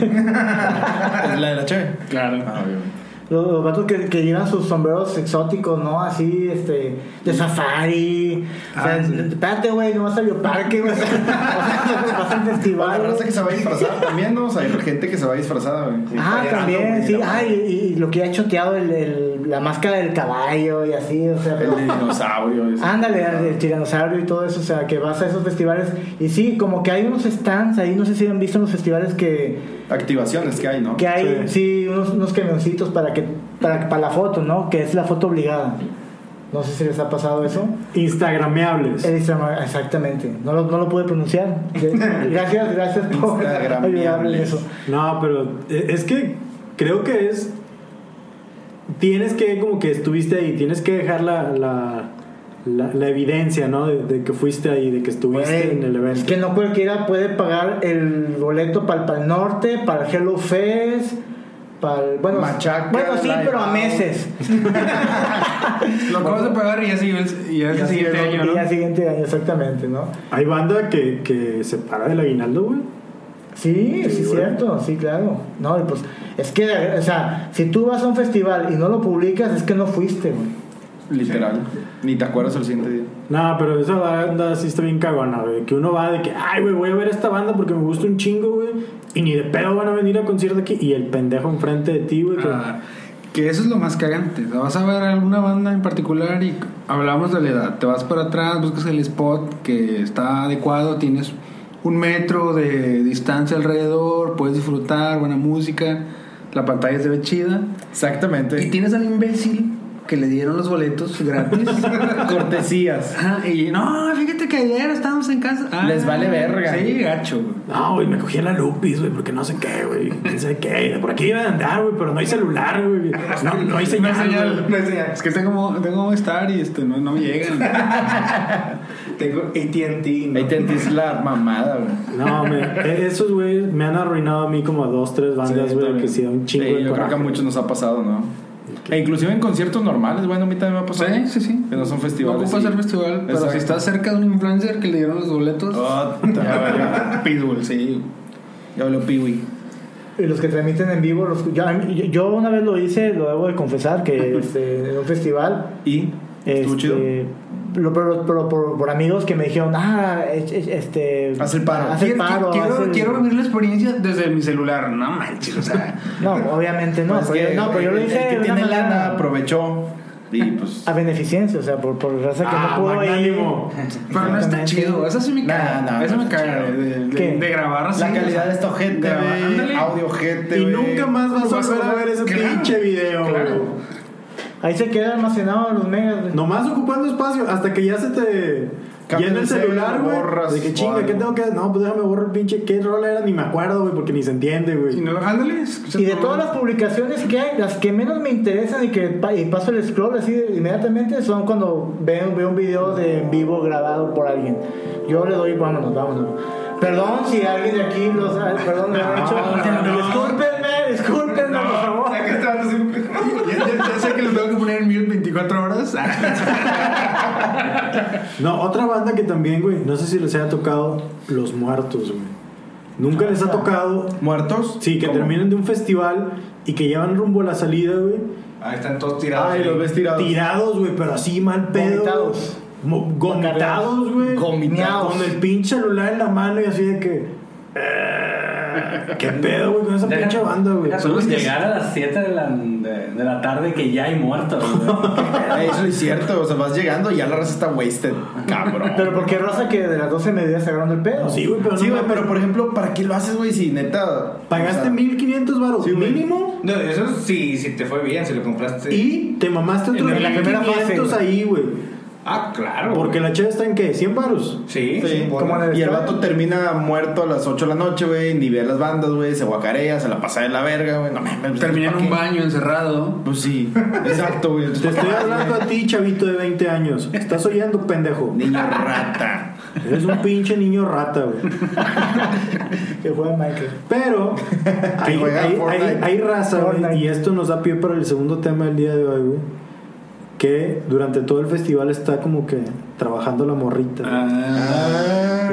Speaker 6: ¿La de la cheve?
Speaker 3: claro.
Speaker 6: Ah, obviamente.
Speaker 4: Los, los vatos que, que llevan sus sombreros exóticos, ¿no? Así, este, de safari. o sea, espérate, güey, no vas a bioparque, güey. O sea, vas al
Speaker 6: O la
Speaker 4: festival.
Speaker 6: raza que se va disfrazada también, ¿no? O sea, hay gente que se va disfrazada, güey.
Speaker 4: Ah,
Speaker 2: Pareando,
Speaker 4: también,
Speaker 2: güey,
Speaker 4: sí.
Speaker 2: la
Speaker 4: Ah, y, y lo que ha choteado el, el- la máscara del caballo y así, o sea.
Speaker 6: El
Speaker 4: pero-
Speaker 6: de dinosaurio. ese.
Speaker 4: Ándale, el tiranosaurio y todo eso, o sea, que vas a esos festivales. Y sí, como que hay unos stands ahí, no sé si han visto en los festivales que,
Speaker 6: Activaciones que hay, ¿no?
Speaker 4: que hay, sí, unos, unos camioncitos para, que, para, para la foto, ¿no? Que es la foto obligada. No sé si les ha pasado eso.
Speaker 1: Instagrameables.
Speaker 4: El Instagram, exactamente. No lo, no lo pude pronunciar. De- Gracias, gracias por
Speaker 6: Instagramiables.
Speaker 4: ayudarme en eso.
Speaker 1: No, pero eh, es que creo que es. Tienes que, como que estuviste ahí, tienes que dejar la, la, la, la evidencia, ¿no? De, de que fuiste ahí, de que estuviste
Speaker 4: Güey,
Speaker 1: en el evento.
Speaker 4: Es que no cualquiera puede pagar el boleto para el Pal Norte, para el Hello Fest, para el. Bueno,
Speaker 6: Machaca,
Speaker 4: bueno sí,
Speaker 6: Live
Speaker 4: pero a
Speaker 6: House.
Speaker 4: meses.
Speaker 3: Lo acabas de pagar y ya sigue el, y ya es el siguiente año,
Speaker 4: Y
Speaker 3: ¿no?
Speaker 4: al siguiente año, exactamente, ¿no?
Speaker 1: Hay banda que, que se para del aguinaldo, güey.
Speaker 4: Sí,
Speaker 1: Sí,
Speaker 4: sí,
Speaker 1: güey.
Speaker 4: cierto, sí, claro. No, y pues es que, o sea, si tú vas a un festival y no lo publicas, es que no fuiste, güey.
Speaker 6: Literal. Ni te acuerdas el siguiente día.
Speaker 1: No, pero esa banda sí está bien cagona, güey. Que uno va de que, ay, güey, voy a ver esta banda porque me gusta un chingo, güey. Y ni de pedo van a venir a concierto aquí. Y el pendejo enfrente de ti, güey. que-
Speaker 3: Ah, que eso es lo más cagante. O sea, Vas a ver alguna banda en particular y hablamos de la edad. Te vas para atrás, buscas el spot que está adecuado, tienes un metro de distancia alrededor, puedes disfrutar, buena música, la pantalla se ve chida. Y
Speaker 6: Exactamente.
Speaker 3: tienes al imbécil que le dieron los boletos gratis.
Speaker 6: Cortesías.
Speaker 3: Ajá, y no, fíjate que ayer estábamos en casa. Ah,
Speaker 6: Les vale verga.
Speaker 3: Sí, gacho. güey.
Speaker 1: No, güey, me cogí la lupis, güey, porque no sé qué, güey. No sé qué. Por aquí iba a andar, güey, pero no hay celular, güey. No, no hay
Speaker 3: No hay
Speaker 1: señal.
Speaker 3: señal.
Speaker 1: güey.
Speaker 2: No es señal.
Speaker 3: Es que tengo, tengo estar y este, no, no me llegan.
Speaker 2: Tengo ATT. ¿no?
Speaker 6: Ahí te es la mamada, güey.
Speaker 1: No, me- e- esos güeyes me han arruinado a mí como a dos, tres bandas,
Speaker 6: Sí,
Speaker 1: güey,
Speaker 6: también.
Speaker 1: que sí da un chingo
Speaker 6: Sí,
Speaker 1: de
Speaker 6: yo creo que a
Speaker 1: coraje.
Speaker 6: muchos nos ha pasado, ¿no? E inclusive en conciertos normales, bueno, a mí también me ha pasado.
Speaker 3: Sí, sí, sí.
Speaker 6: Que no son festivales.
Speaker 3: No ocupa
Speaker 6: sí.
Speaker 3: ser festival, pero
Speaker 6: Exacto.
Speaker 3: si estás cerca de un influencer que le dieron los boletos.
Speaker 6: Oh, ya valió.
Speaker 3: Pitbull, sí.
Speaker 6: Ya habló Piwi.
Speaker 4: Y los que transmiten en vivo, los, yo, yo una vez lo hice, lo debo de confesar, que este, en un festival
Speaker 6: ¿Y? ¿Estuvo
Speaker 4: Este,
Speaker 6: chido?
Speaker 4: lo- pero, pero por, por amigos que me dijeron, ah, es- es- este.
Speaker 6: Haz el paro.
Speaker 4: haz el
Speaker 3: Quiero-
Speaker 4: paro,
Speaker 3: quiero,
Speaker 4: haz el-
Speaker 3: quiero vivir la experiencia desde mi celular. No manches, o sea.
Speaker 4: No, obviamente no.
Speaker 6: Pues
Speaker 4: pero,
Speaker 6: que
Speaker 4: yo- no, pero yo lo
Speaker 6: el-
Speaker 4: hice.
Speaker 6: El que
Speaker 4: de una
Speaker 6: tiene
Speaker 4: manera
Speaker 6: lana aprovechó. Y pues.
Speaker 4: A beneficencia, o sea, por, por raza que
Speaker 1: Ah,
Speaker 4: no pudo
Speaker 1: magnánimo.
Speaker 3: Pero no está
Speaker 4: Exactamente.
Speaker 3: chido. Eso sí me
Speaker 6: Nah,
Speaker 3: caga.
Speaker 6: nah,
Speaker 3: eso
Speaker 6: no
Speaker 3: me
Speaker 6: está
Speaker 3: caga. De,
Speaker 6: chido.
Speaker 3: de-
Speaker 4: ¿Qué?
Speaker 3: de grabar así.
Speaker 6: la
Speaker 3: o sea,
Speaker 6: calidad de esta gente,
Speaker 3: graba-
Speaker 6: güey. Ah,
Speaker 3: ándale.
Speaker 6: Audio gente.
Speaker 1: Y
Speaker 6: güey.
Speaker 1: nunca más vas a
Speaker 3: Vas a
Speaker 1: volver a ver ese
Speaker 3: claro,
Speaker 1: pinche video, güey.
Speaker 3: claro.
Speaker 4: Ahí se queda almacenado los megas. güey.
Speaker 1: Nomás ocupando espacio hasta que ya se te
Speaker 6: Cambia
Speaker 1: llena el
Speaker 6: el cel,
Speaker 1: celular,
Speaker 6: lo
Speaker 1: güey.
Speaker 6: borras,
Speaker 1: De que
Speaker 6: o
Speaker 1: chinga, ¿qué
Speaker 6: algo.
Speaker 1: tengo que hacer? No, pues déjame borrar el pinche. ¿Qué rola era? Ni me acuerdo, güey, porque ni se entiende,
Speaker 3: Y
Speaker 1: güey.
Speaker 3: no, ándale.
Speaker 4: Y de todas las publicaciones que hay, las que menos me interesan y que pa- y paso el scroll así de- inmediatamente son cuando veo, veo un video de en vivo grabado por alguien. Yo le doy, vámonos, vámonos. Perdón si alguien de aquí los ha- perdón, lo ha hecho. Discúlpenme, discúlpenme, por favor.
Speaker 2: Acá está dando siempre.
Speaker 3: Ya, ya- ya sé que lo tengo que poner en mute 24 horas. Ah,
Speaker 1: No, otra banda que también, güey, no sé si les haya tocado Los Muertos, güey. Nunca les ha tocado,
Speaker 6: ¿Muertos?
Speaker 1: sí, que
Speaker 6: Ah. ¿Cómo?
Speaker 1: terminan de un festival y que llevan rumbo a la salida, güey.
Speaker 2: Ahí están todos tirados.
Speaker 6: Ay,
Speaker 2: ahí.
Speaker 6: los ves tirados.
Speaker 1: Tirados, güey, pero así mal pedo.
Speaker 4: Vomitados.
Speaker 1: Mo- Gomitados, güey.
Speaker 4: Gomitados.
Speaker 1: Con el pinche celular en la mano y así de que. eh, ¿Qué pedo, güey, con esa
Speaker 5: Deja-
Speaker 1: pinche banda, güey?
Speaker 5: deja
Speaker 3: Son los
Speaker 5: tú
Speaker 3: que-
Speaker 5: llegar a las 7 de la, de, de la tarde que ya hay muertos, güey.
Speaker 6: Ay, Eso es cierto. O sea, vas llegando y ya la raza está wasted. Cabrón.
Speaker 4: Pero porque raza que de las 12 medidas se agarraron el pedo.
Speaker 1: No, Sí, güey, pero
Speaker 6: Sí,
Speaker 1: no
Speaker 6: güey,
Speaker 1: mames.
Speaker 6: pero por ejemplo, ¿para qué lo haces, güey? Si neta. o
Speaker 1: Pagaste
Speaker 6: sea,
Speaker 1: 1500 baros
Speaker 6: Sí, güey.
Speaker 1: mínimo
Speaker 2: No, eso sí, si te fue bien, si lo compraste.
Speaker 1: y te mamaste otros
Speaker 4: En la primera fase,
Speaker 1: 1500
Speaker 4: güey.
Speaker 1: ahí, güey.
Speaker 2: Ah, claro.
Speaker 1: Porque
Speaker 2: güey.
Speaker 1: la chave está en qué? 100 baros.
Speaker 2: Sí,
Speaker 6: Sí,
Speaker 2: sí.
Speaker 4: como en el
Speaker 6: y el
Speaker 4: estadio.
Speaker 6: vato termina muerto a las 8 de la noche, güey. Ni ve a las bandas, güey. Se guacarea, se la pasa de la verga, güey. No mames. pues,
Speaker 3: Terminé en
Speaker 6: ¿pa'
Speaker 3: un
Speaker 6: qué?
Speaker 3: baño encerrado.
Speaker 6: Pues sí, exacto, güey.
Speaker 1: Te estoy hablando a ti, chavito de 20 años. Estás oyendo, pendejo.
Speaker 6: Niño rata.
Speaker 1: Eres un pinche niño rata, güey.
Speaker 4: Que juega Minecraft.
Speaker 1: Pero hay,
Speaker 6: juega
Speaker 1: hay-
Speaker 6: Fortnite.
Speaker 1: hay- hay raza, güey,
Speaker 4: Fortnite.
Speaker 1: y esto nos da pie para el segundo tema del día de hoy, güey. que durante todo el festival está como que trabajando la morrita. Ah.
Speaker 6: Ah.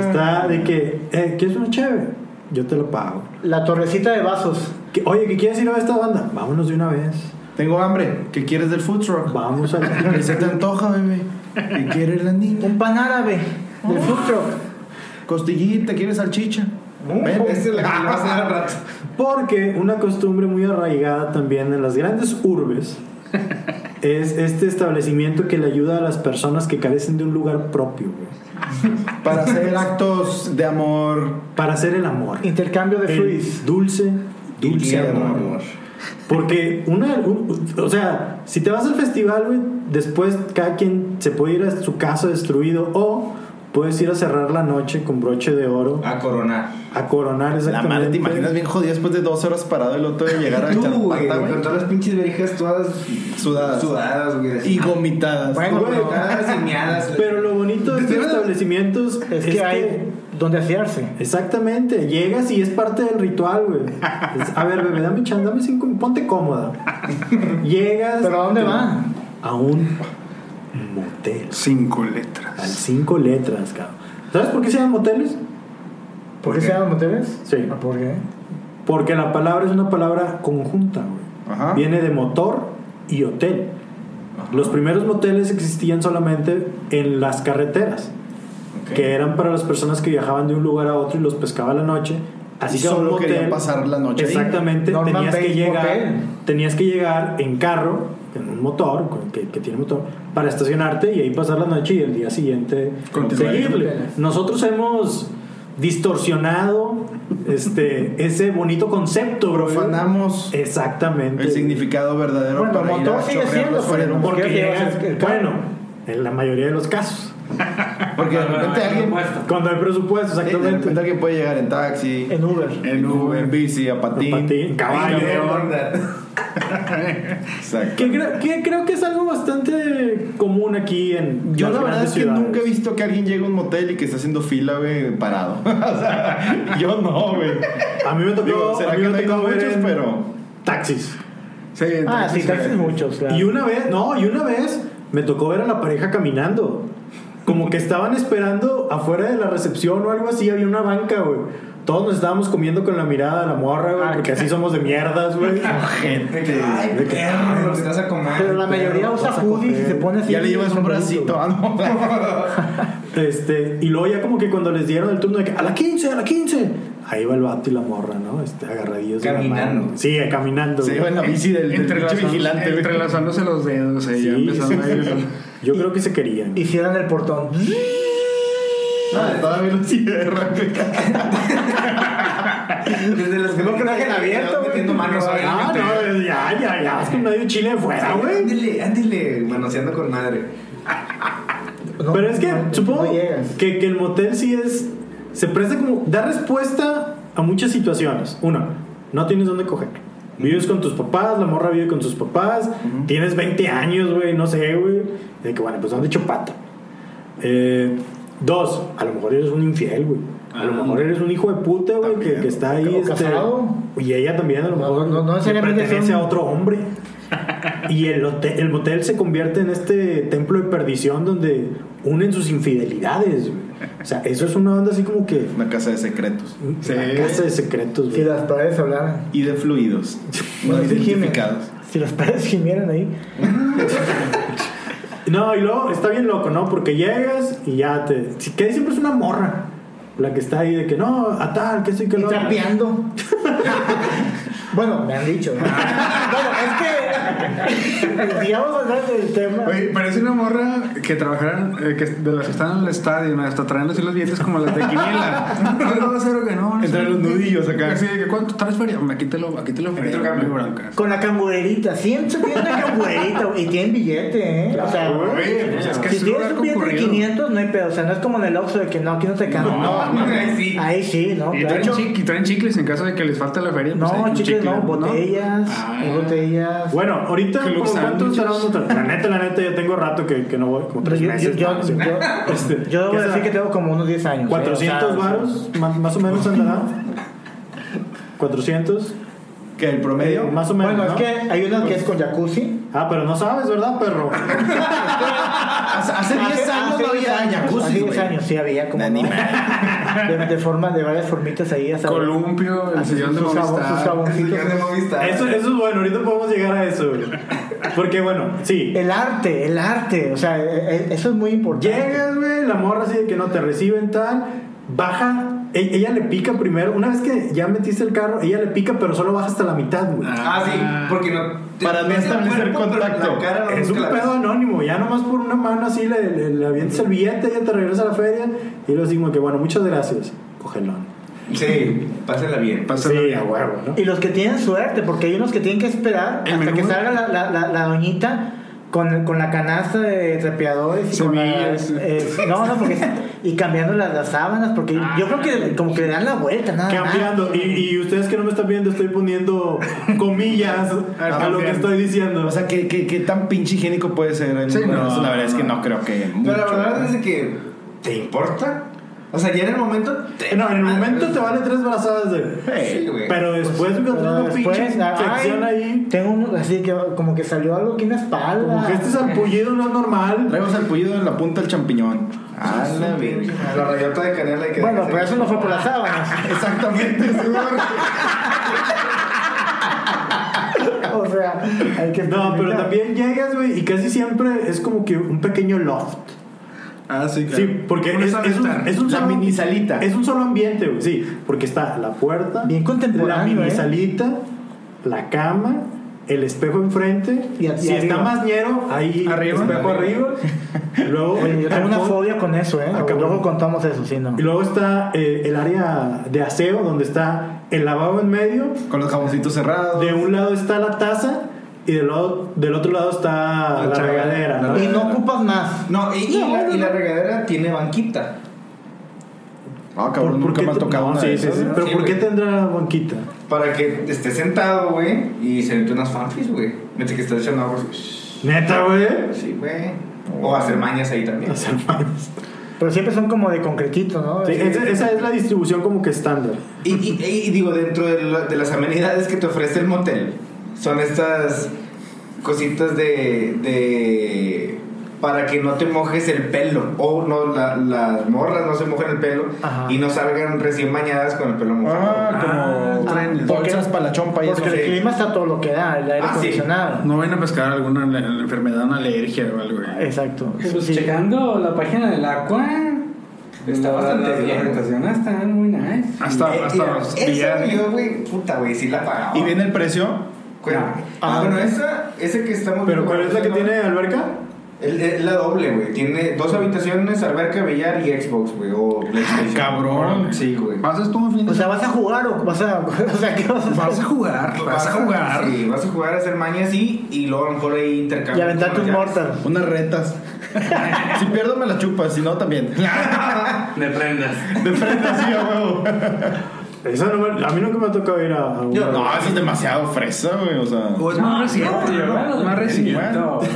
Speaker 1: Está de que, eh, ¿quieres una chévere? Yo te lo pago.
Speaker 4: La torrecita de vasos.
Speaker 1: Que, Oye, ¿qué quieres ir a esta banda? Vámonos de una vez.
Speaker 6: Tengo hambre. ¿Qué quieres del food truck?
Speaker 1: Vamos a la...
Speaker 6: ¿Qué se te antoja, bebé? ¿Qué quiere la niña?
Speaker 4: Un pan árabe del food truck.
Speaker 6: Costillita, ¿quieres salchicha? Ven.
Speaker 2: Esta Uh, es la que le vas a dar al rato.
Speaker 1: Porque una costumbre muy arraigada también en las grandes urbes es este establecimiento que le ayuda a las personas que carecen de un lugar propio, güey,
Speaker 6: Para hacer actos de amor.
Speaker 1: para hacer el amor.
Speaker 4: Intercambio de
Speaker 1: El
Speaker 4: fluids.
Speaker 1: dulce, dulce
Speaker 2: Tierno,
Speaker 1: amor.
Speaker 2: amor.
Speaker 1: Porque una, un- o sea, si te vas al festival, güey, después cada quien se puede ir a su casa destruido o puedes ir a cerrar la noche con broche de oro
Speaker 2: A coronar.
Speaker 1: a coronar
Speaker 6: La
Speaker 1: exactamente.
Speaker 6: madre, ¿te imaginas bien jodido después de dos horas parado el otro de llegar a
Speaker 2: Tú,
Speaker 6: echar
Speaker 2: güey,
Speaker 6: pata,
Speaker 2: con
Speaker 6: güey?
Speaker 2: todas las pinches verijas todas
Speaker 6: Sudadas.
Speaker 2: sudadas, güey. así.
Speaker 6: Y gomitadas.
Speaker 4: Bueno,
Speaker 2: Güey,
Speaker 4: pero-
Speaker 2: todas miadas.
Speaker 1: Pero lo bonito de estos establecimientos
Speaker 4: Es que hay donde asearse.
Speaker 1: Exactamente, llegas y es parte del ritual, güey. Es, a ver, bebé, dame chan, dame cinco, ponte cómoda. Llegas.
Speaker 4: ¿Pero a dónde va?
Speaker 1: A un motel.
Speaker 3: Cinco
Speaker 1: Al
Speaker 3: letras.
Speaker 1: cinco letras, cabrón. ¿Sabes por qué se llaman moteles?
Speaker 4: ¿Por qué se llaman moteles?
Speaker 1: Sí.
Speaker 4: ¿Ah, ¿Por qué?
Speaker 1: Porque la palabra es una palabra conjunta, güey.
Speaker 6: Ajá.
Speaker 1: Viene de motor y hotel. Los primeros moteles existían solamente en las carreteras,
Speaker 2: Ok.
Speaker 1: que eran para las personas que viajaban de un lugar a otro y los pescaba a la noche. Así
Speaker 6: Y
Speaker 1: que a un
Speaker 6: solo
Speaker 1: motel-
Speaker 6: querían pasar la noche ahí.
Speaker 1: Exactamente,
Speaker 4: Norman
Speaker 1: tenías que
Speaker 4: Bates
Speaker 1: llegar,
Speaker 4: Motel.
Speaker 1: tenías que llegar en carro, en un motor con- que, que tiene motor, para estacionarte y ahí pasar la noche y el día siguiente
Speaker 3: Continuar.
Speaker 1: seguirle. Nosotros hemos distorsionado este ese bonito concepto, bro.
Speaker 6: Profanamos
Speaker 1: Eh, Exactamente.
Speaker 6: el significado verdadero.
Speaker 4: Bueno,
Speaker 6: para ir
Speaker 4: motor
Speaker 6: a
Speaker 4: sigue
Speaker 6: chorrear
Speaker 4: siendo,
Speaker 6: los fueros.
Speaker 4: pero-
Speaker 1: Porque
Speaker 4: ¿Qué llevas?
Speaker 1: llegan- bueno, en la mayoría de los casos,
Speaker 6: Porque de repente alguien.
Speaker 2: pues,
Speaker 1: cuando hay presupuesto,
Speaker 6: eh, De repente
Speaker 1: exactamente.
Speaker 6: alguien puede llegar en taxi,
Speaker 4: En Uber.
Speaker 6: en Uber, en bici, a patín.
Speaker 1: Patín, caballo.
Speaker 6: Exacto.
Speaker 1: Que creo, que creo que es algo bastante común aquí en
Speaker 6: Yo
Speaker 1: las
Speaker 6: la verdad
Speaker 1: grandes
Speaker 6: es que
Speaker 1: ciudades.
Speaker 6: nunca he visto que alguien llegue a un motel y que está haciendo fila, güey, parado. o sea, yo no, güey.
Speaker 1: A mí me tocó,
Speaker 6: Digo, será
Speaker 1: a mí
Speaker 6: que
Speaker 1: me
Speaker 6: no hay
Speaker 1: tocó ver
Speaker 6: muchos,
Speaker 1: en
Speaker 6: pero...
Speaker 1: taxis.
Speaker 3: Sí,
Speaker 4: Ah, sí,
Speaker 3: entonces,
Speaker 4: taxis muchos, claro.
Speaker 1: Y una vez, no, y una vez me tocó ver a la pareja caminando. Como que estaban esperando afuera de la recepción o algo así, había una banca, güey. Todos nos estábamos comiendo con la mirada a la morra, güey, porque así somos de mierdas, güey.
Speaker 6: Gente.
Speaker 2: Ay, perro, los estás a comer.
Speaker 4: Pero la mayoría usa
Speaker 1: vas a
Speaker 4: hoodies y
Speaker 1: coger.
Speaker 4: se pone así.
Speaker 6: Ya le llevas un bracito. Ah, no.
Speaker 1: Este, y luego ya como que cuando les dieron el turno de que a la 15, a la 15, ahí va el vato y la morra, ¿no? Este, agarradillos. de la
Speaker 2: Caminando.
Speaker 1: mano. Sí, caminando.
Speaker 6: Se
Speaker 1: güey.
Speaker 6: iba en la bici del, del pinche
Speaker 3: entrelazando-
Speaker 6: vigilante, güey.
Speaker 3: Entrelazándose los dedos, eh,
Speaker 1: Sí,
Speaker 3: ya empezando
Speaker 1: sí,
Speaker 3: ahí.
Speaker 1: sí. Yo creo que se querían.
Speaker 4: Hicieran el portón.
Speaker 6: Ah, todavía lo cierra, güey.
Speaker 2: Desde los que no que dejen abierto, metiendo manos ahí.
Speaker 1: Ah, no, ya, ya, ya, vas con medio chile de fuera, güey.
Speaker 2: Ándale, ándale, manoseando con madre.
Speaker 4: No,
Speaker 1: Pero es que
Speaker 4: no,
Speaker 1: supongo
Speaker 4: no llegas.
Speaker 1: que, que el motel sí es. Se presta como. Da respuesta a muchas situaciones. Uno, no tienes dónde coger. Vives con tus papás, la morra vive con sus papás. Tienes 20 años, güey, no sé, güey. De que, bueno, pues dónde hecho pata. Eh, dos, a lo mejor eres un infiel, güey. A lo
Speaker 5: Ah.
Speaker 1: mejor eres un hijo de puta, güey, que, que está ahí. este,
Speaker 4: O casado.
Speaker 1: Y ella también, a lo
Speaker 4: No,
Speaker 1: mejor.
Speaker 4: no, no
Speaker 1: que
Speaker 4: necesariamente
Speaker 1: pertenece
Speaker 4: son-
Speaker 1: a otro hombre. Y el, hotel- el motel se convierte en este templo de perdición donde unen sus infidelidades. güey. O sea, eso es una onda así como que.
Speaker 6: Una casa de secretos.
Speaker 1: La casa de secretos,
Speaker 4: Si
Speaker 1: güey.
Speaker 4: las paredes hablaran.
Speaker 6: Y de fluidos. No
Speaker 4: Bueno, sí gimen.
Speaker 6: identificados.
Speaker 4: Si las paredes gimieran ahí.
Speaker 1: No, y luego está bien loco, ¿no? Porque llegas y ya te. si- Que siempre es una morra. La que está ahí de que no, a tal, que sí, que
Speaker 4: Y
Speaker 1: no.
Speaker 4: trapeando. bueno, me han dicho. ¿no? bueno, es que. digamos hablar del tema.
Speaker 3: Oye, parece una morra que trabajara, eh, que de las que están en el estadio, ¿no? hasta traen así los billetes como las de Quiniela. no, no, cero que no. no
Speaker 6: Entre
Speaker 3: sé.
Speaker 6: los nudillos acá.
Speaker 3: Así de que, ¿cuánto traes feria? Hombre, Aquí te lo, aquí te lo
Speaker 2: te lo
Speaker 3: ofrezco, no
Speaker 2: cambio.
Speaker 3: hay broncas.
Speaker 4: Con la cangurerita. Siempre tienen la cangurerita. güey, Y tienen billete, ¿eh? o sea,
Speaker 3: Oye, pues es que es
Speaker 4: si
Speaker 3: un
Speaker 4: tienes
Speaker 3: lugar
Speaker 4: un billete de
Speaker 3: concurrido.
Speaker 4: 500, no hay pedo. O sea, no es como en el Oxxo de que no, aquí no te cabe.
Speaker 2: No, ahí sí.
Speaker 4: Ahí sí, ¿no?
Speaker 3: Y
Speaker 4: claro.
Speaker 3: traen, chic- y traen chicles en caso de que les falte la feria.
Speaker 4: No,
Speaker 3: pues, hay un
Speaker 4: chicles,
Speaker 3: chicle,
Speaker 4: no, botellas,
Speaker 3: Ah.
Speaker 4: hay botellas.
Speaker 1: Bueno, ahorita,
Speaker 3: Que
Speaker 1: ¿como
Speaker 3: los
Speaker 1: ¿cuánto
Speaker 3: sándwiches.
Speaker 1: estará dando? La neta, la neta, ya tengo rato que, que no voy, como
Speaker 4: Pero
Speaker 1: tres
Speaker 4: yo, yo,
Speaker 1: meses.
Speaker 4: yo,
Speaker 1: ¿no? Sí. Este,
Speaker 4: yo- yo debo
Speaker 1: ¿qué será?
Speaker 4: decir que tengo como unos 10 años. ¿eh?
Speaker 1: 400
Speaker 4: O sea,
Speaker 1: varos, ma- más, o menos andará. 400.
Speaker 6: que el promedio.
Speaker 1: Más o menos.
Speaker 4: Bueno, es
Speaker 1: ¿no?
Speaker 4: que hay una que es con jacuzzi.
Speaker 1: Ah, pero no sabes, ¿verdad, perro?
Speaker 6: Hace hace 10 años no había
Speaker 4: Hace
Speaker 6: jacuzzi,
Speaker 4: 10
Speaker 6: güey.
Speaker 4: años sí había como.
Speaker 2: Nah,
Speaker 4: no.
Speaker 2: ni
Speaker 4: de, de forma, de varias formitas ahí. hasta-
Speaker 3: Columpio, el
Speaker 4: Así,
Speaker 3: sillón de
Speaker 4: sus jabón- sus
Speaker 3: Movistar.
Speaker 2: El
Speaker 4: jaboncitos.
Speaker 2: señor de Movistar.
Speaker 1: Eso, eso es bueno, ahorita podemos llegar a eso. güey. Porque bueno, sí.
Speaker 4: El arte, el arte. O sea, e- e- eso es muy importante.
Speaker 1: Llegas, güey, la morra así de que no te reciben, tal. Baja, e- ella le pica primero. Una vez que ya metiste el carro, ella le pica, pero solo baja hasta la mitad, güey.
Speaker 2: Ah, sí, porque no.
Speaker 6: Para no
Speaker 2: ves el
Speaker 6: establecer
Speaker 2: cuerpo, pero
Speaker 6: contacto.
Speaker 2: La cara no
Speaker 1: Es un
Speaker 2: nunca la
Speaker 1: pedo
Speaker 2: ves.
Speaker 1: anónimo, ya nomás por una mano así le, le, le avientas el billete, ya te regresa a la feria y lo decimos que bueno, muchas gracias, cogelón.
Speaker 2: Sí, pásenla bien.
Speaker 3: Pásala
Speaker 1: sí,
Speaker 3: bien.
Speaker 1: a huevo, ¿no?
Speaker 4: Y los que tienen suerte, porque hay unos que tienen que esperar
Speaker 3: El
Speaker 4: hasta
Speaker 3: menú.
Speaker 4: que salga la, la, la, la doñita con, con la canasta de trepeadores y con la-
Speaker 3: Semillas.
Speaker 4: eh, no, no, porque y cambiando las, las sábanas, porque yo creo que como que le dan la vuelta, nada más.
Speaker 1: Ah. Cambiando, y, y ustedes que no me están viendo, estoy poniendo comillas a lo que estoy diciendo.
Speaker 6: O sea, ¿qué, qué, qué tan pinche higiénico puede ser? el-
Speaker 3: Sí,
Speaker 6: bueno,
Speaker 3: no,
Speaker 6: eso la verdad es que
Speaker 3: no.
Speaker 6: no creo que.
Speaker 2: Pero la
Speaker 6: mucho,
Speaker 2: verdad
Speaker 6: ¿verdad?
Speaker 2: es de que. ¿Te importa? O sea, ya en el momento. Te
Speaker 1: no, en el momento te vale tres brazadas de.
Speaker 2: Sí, güey.
Speaker 1: Pero después me
Speaker 4: Pero
Speaker 1: encontré una
Speaker 4: después, ah,
Speaker 1: pinche infección
Speaker 4: ay,
Speaker 1: ahí.
Speaker 4: Tengo un, así que como que salió algo aquí en la espalda.
Speaker 1: Como que este sarpullido no es normal.
Speaker 6: Traigo salpullido en la punta del champiñón.
Speaker 2: Ah, la verga. La rayota de canela que.
Speaker 4: Bueno,
Speaker 2: que
Speaker 4: pero
Speaker 2: se-
Speaker 4: eso no fue por las sábanas.
Speaker 6: Exactamente,
Speaker 4: O sea, hay que
Speaker 1: No, pero
Speaker 4: experimentar.
Speaker 1: también llegas, güey, y casi siempre es como que un pequeño loft.
Speaker 3: Ah, sí, claro.
Speaker 1: Sí, porque
Speaker 3: Una
Speaker 1: es,
Speaker 3: sala
Speaker 1: es un,
Speaker 3: estar.
Speaker 1: es un
Speaker 6: La
Speaker 1: solo-
Speaker 6: mini salita.
Speaker 1: Es un solo ambiente, güey, sí. Porque está la puerta,
Speaker 4: Bien
Speaker 1: la
Speaker 4: contemporáneo,
Speaker 1: mini
Speaker 4: ¿eh?
Speaker 1: salita, la cama, el espejo enfrente.
Speaker 4: Y a- y
Speaker 1: si
Speaker 4: arriba.
Speaker 1: está más ñero, ahí
Speaker 3: Arriba.
Speaker 1: espejo arriba. Luego,
Speaker 4: Oye, yo tengo una
Speaker 1: alfom-
Speaker 4: fobia con eso, ¿eh?
Speaker 1: Ah, cabrón.
Speaker 4: Luego contamos eso, sí, no.
Speaker 1: Y luego está eh, el área de aseo, donde está el lavabo en medio.
Speaker 6: Con los jaboncitos cerrados.
Speaker 1: De un lado está la taza y del, lado- del otro lado está la,
Speaker 3: La charola.
Speaker 1: regadera. ¿no?
Speaker 4: Y no ocupas más.
Speaker 2: No, y, y
Speaker 4: No,
Speaker 2: la,
Speaker 4: no,
Speaker 2: y la
Speaker 4: no.
Speaker 2: regadera tiene banquita.
Speaker 6: Ah, cabrón,
Speaker 1: ¿Por
Speaker 6: nunca
Speaker 1: qué
Speaker 6: me ha
Speaker 1: te-
Speaker 6: tocado
Speaker 1: no,
Speaker 6: una
Speaker 1: sí,
Speaker 6: de
Speaker 1: sí,
Speaker 6: esas,
Speaker 1: sí.
Speaker 6: ¿no?
Speaker 1: Pero
Speaker 2: Sí,
Speaker 1: ¿por qué
Speaker 2: güey.
Speaker 1: tendrá banquita?
Speaker 2: Para que estés sentado, güey, y se mete unas fanfis, güey. Mientras que estás echando agua. así,
Speaker 1: Neta, güey.
Speaker 2: Sí, güey. O hacer mañas ahí también.
Speaker 1: Las hermanas.
Speaker 4: Pero siempre son como de concretito, ¿no?
Speaker 1: Sí,
Speaker 4: Así-
Speaker 1: esa, esa es la distribución como que estándar.
Speaker 2: Y, y- y digo, dentro de, la- de las amenidades que te ofrece el motel, son estas cositas de. de para que no te mojes el pelo. O no, la- las morras no se mojen el pelo
Speaker 4: Ajá.
Speaker 2: y no salgan recién bañadas con el pelo mojado.
Speaker 6: Ah, como trenes.
Speaker 4: ¿por qué?
Speaker 6: bolsas para la chompa y eso.
Speaker 4: Porque el clima está todo lo que da, el aire
Speaker 2: Ah, sí.
Speaker 4: acondicionado.
Speaker 3: No vayan a pescar alguna le- enfermedad, una alergia o algo. güey.
Speaker 4: Exacto.
Speaker 5: Pues
Speaker 4: Sí.
Speaker 5: checando la página del Aqua.
Speaker 2: Está
Speaker 5: la-
Speaker 2: bastante
Speaker 5: las
Speaker 2: bien.
Speaker 5: presentaciones están muy nice.
Speaker 3: Hasta,
Speaker 2: Eh, mira,
Speaker 3: hasta
Speaker 2: esa
Speaker 3: billar.
Speaker 2: yo, güey, puta, güey, sí la pagaba.
Speaker 6: Y viene el precio.
Speaker 2: Güey,
Speaker 5: Ah,
Speaker 2: ah,
Speaker 4: ah,
Speaker 2: bueno,
Speaker 4: ok.
Speaker 2: esa, esa que estamos
Speaker 1: ¿Pero
Speaker 2: viendo,
Speaker 1: cuál es la que
Speaker 2: no-
Speaker 1: tiene alberca?
Speaker 2: el- el- la doble, güey. Tiene dos habitaciones, alberca, billar y Xbox, güey. O PlayStation.
Speaker 3: Cabrón.
Speaker 2: Sí, güey.
Speaker 3: Pasas todo un fin de
Speaker 4: O sea, ¿vas a jugar o vas a.? O sea, ¿qué vas a
Speaker 3: Vas a
Speaker 4: hacer?
Speaker 3: jugar, vas a jugar.
Speaker 2: Sí, vas a jugar a hacer mañas y, y luego a lo mejor ahí intercambiar.
Speaker 4: Y aventarte un mortal.
Speaker 6: Unas retas. si pierdo, me la chupas. Si no, también.
Speaker 5: De prendas.
Speaker 6: De frente así, a huevo.
Speaker 1: Esa no me- a mí nunca me ha tocado ir a, a una-
Speaker 6: Yo, no, eso es demasiado fresa, güey. O sea.
Speaker 3: O es más reciente,
Speaker 5: yo
Speaker 3: ¿no?
Speaker 5: era
Speaker 3: Es más reciente.
Speaker 5: doscientos,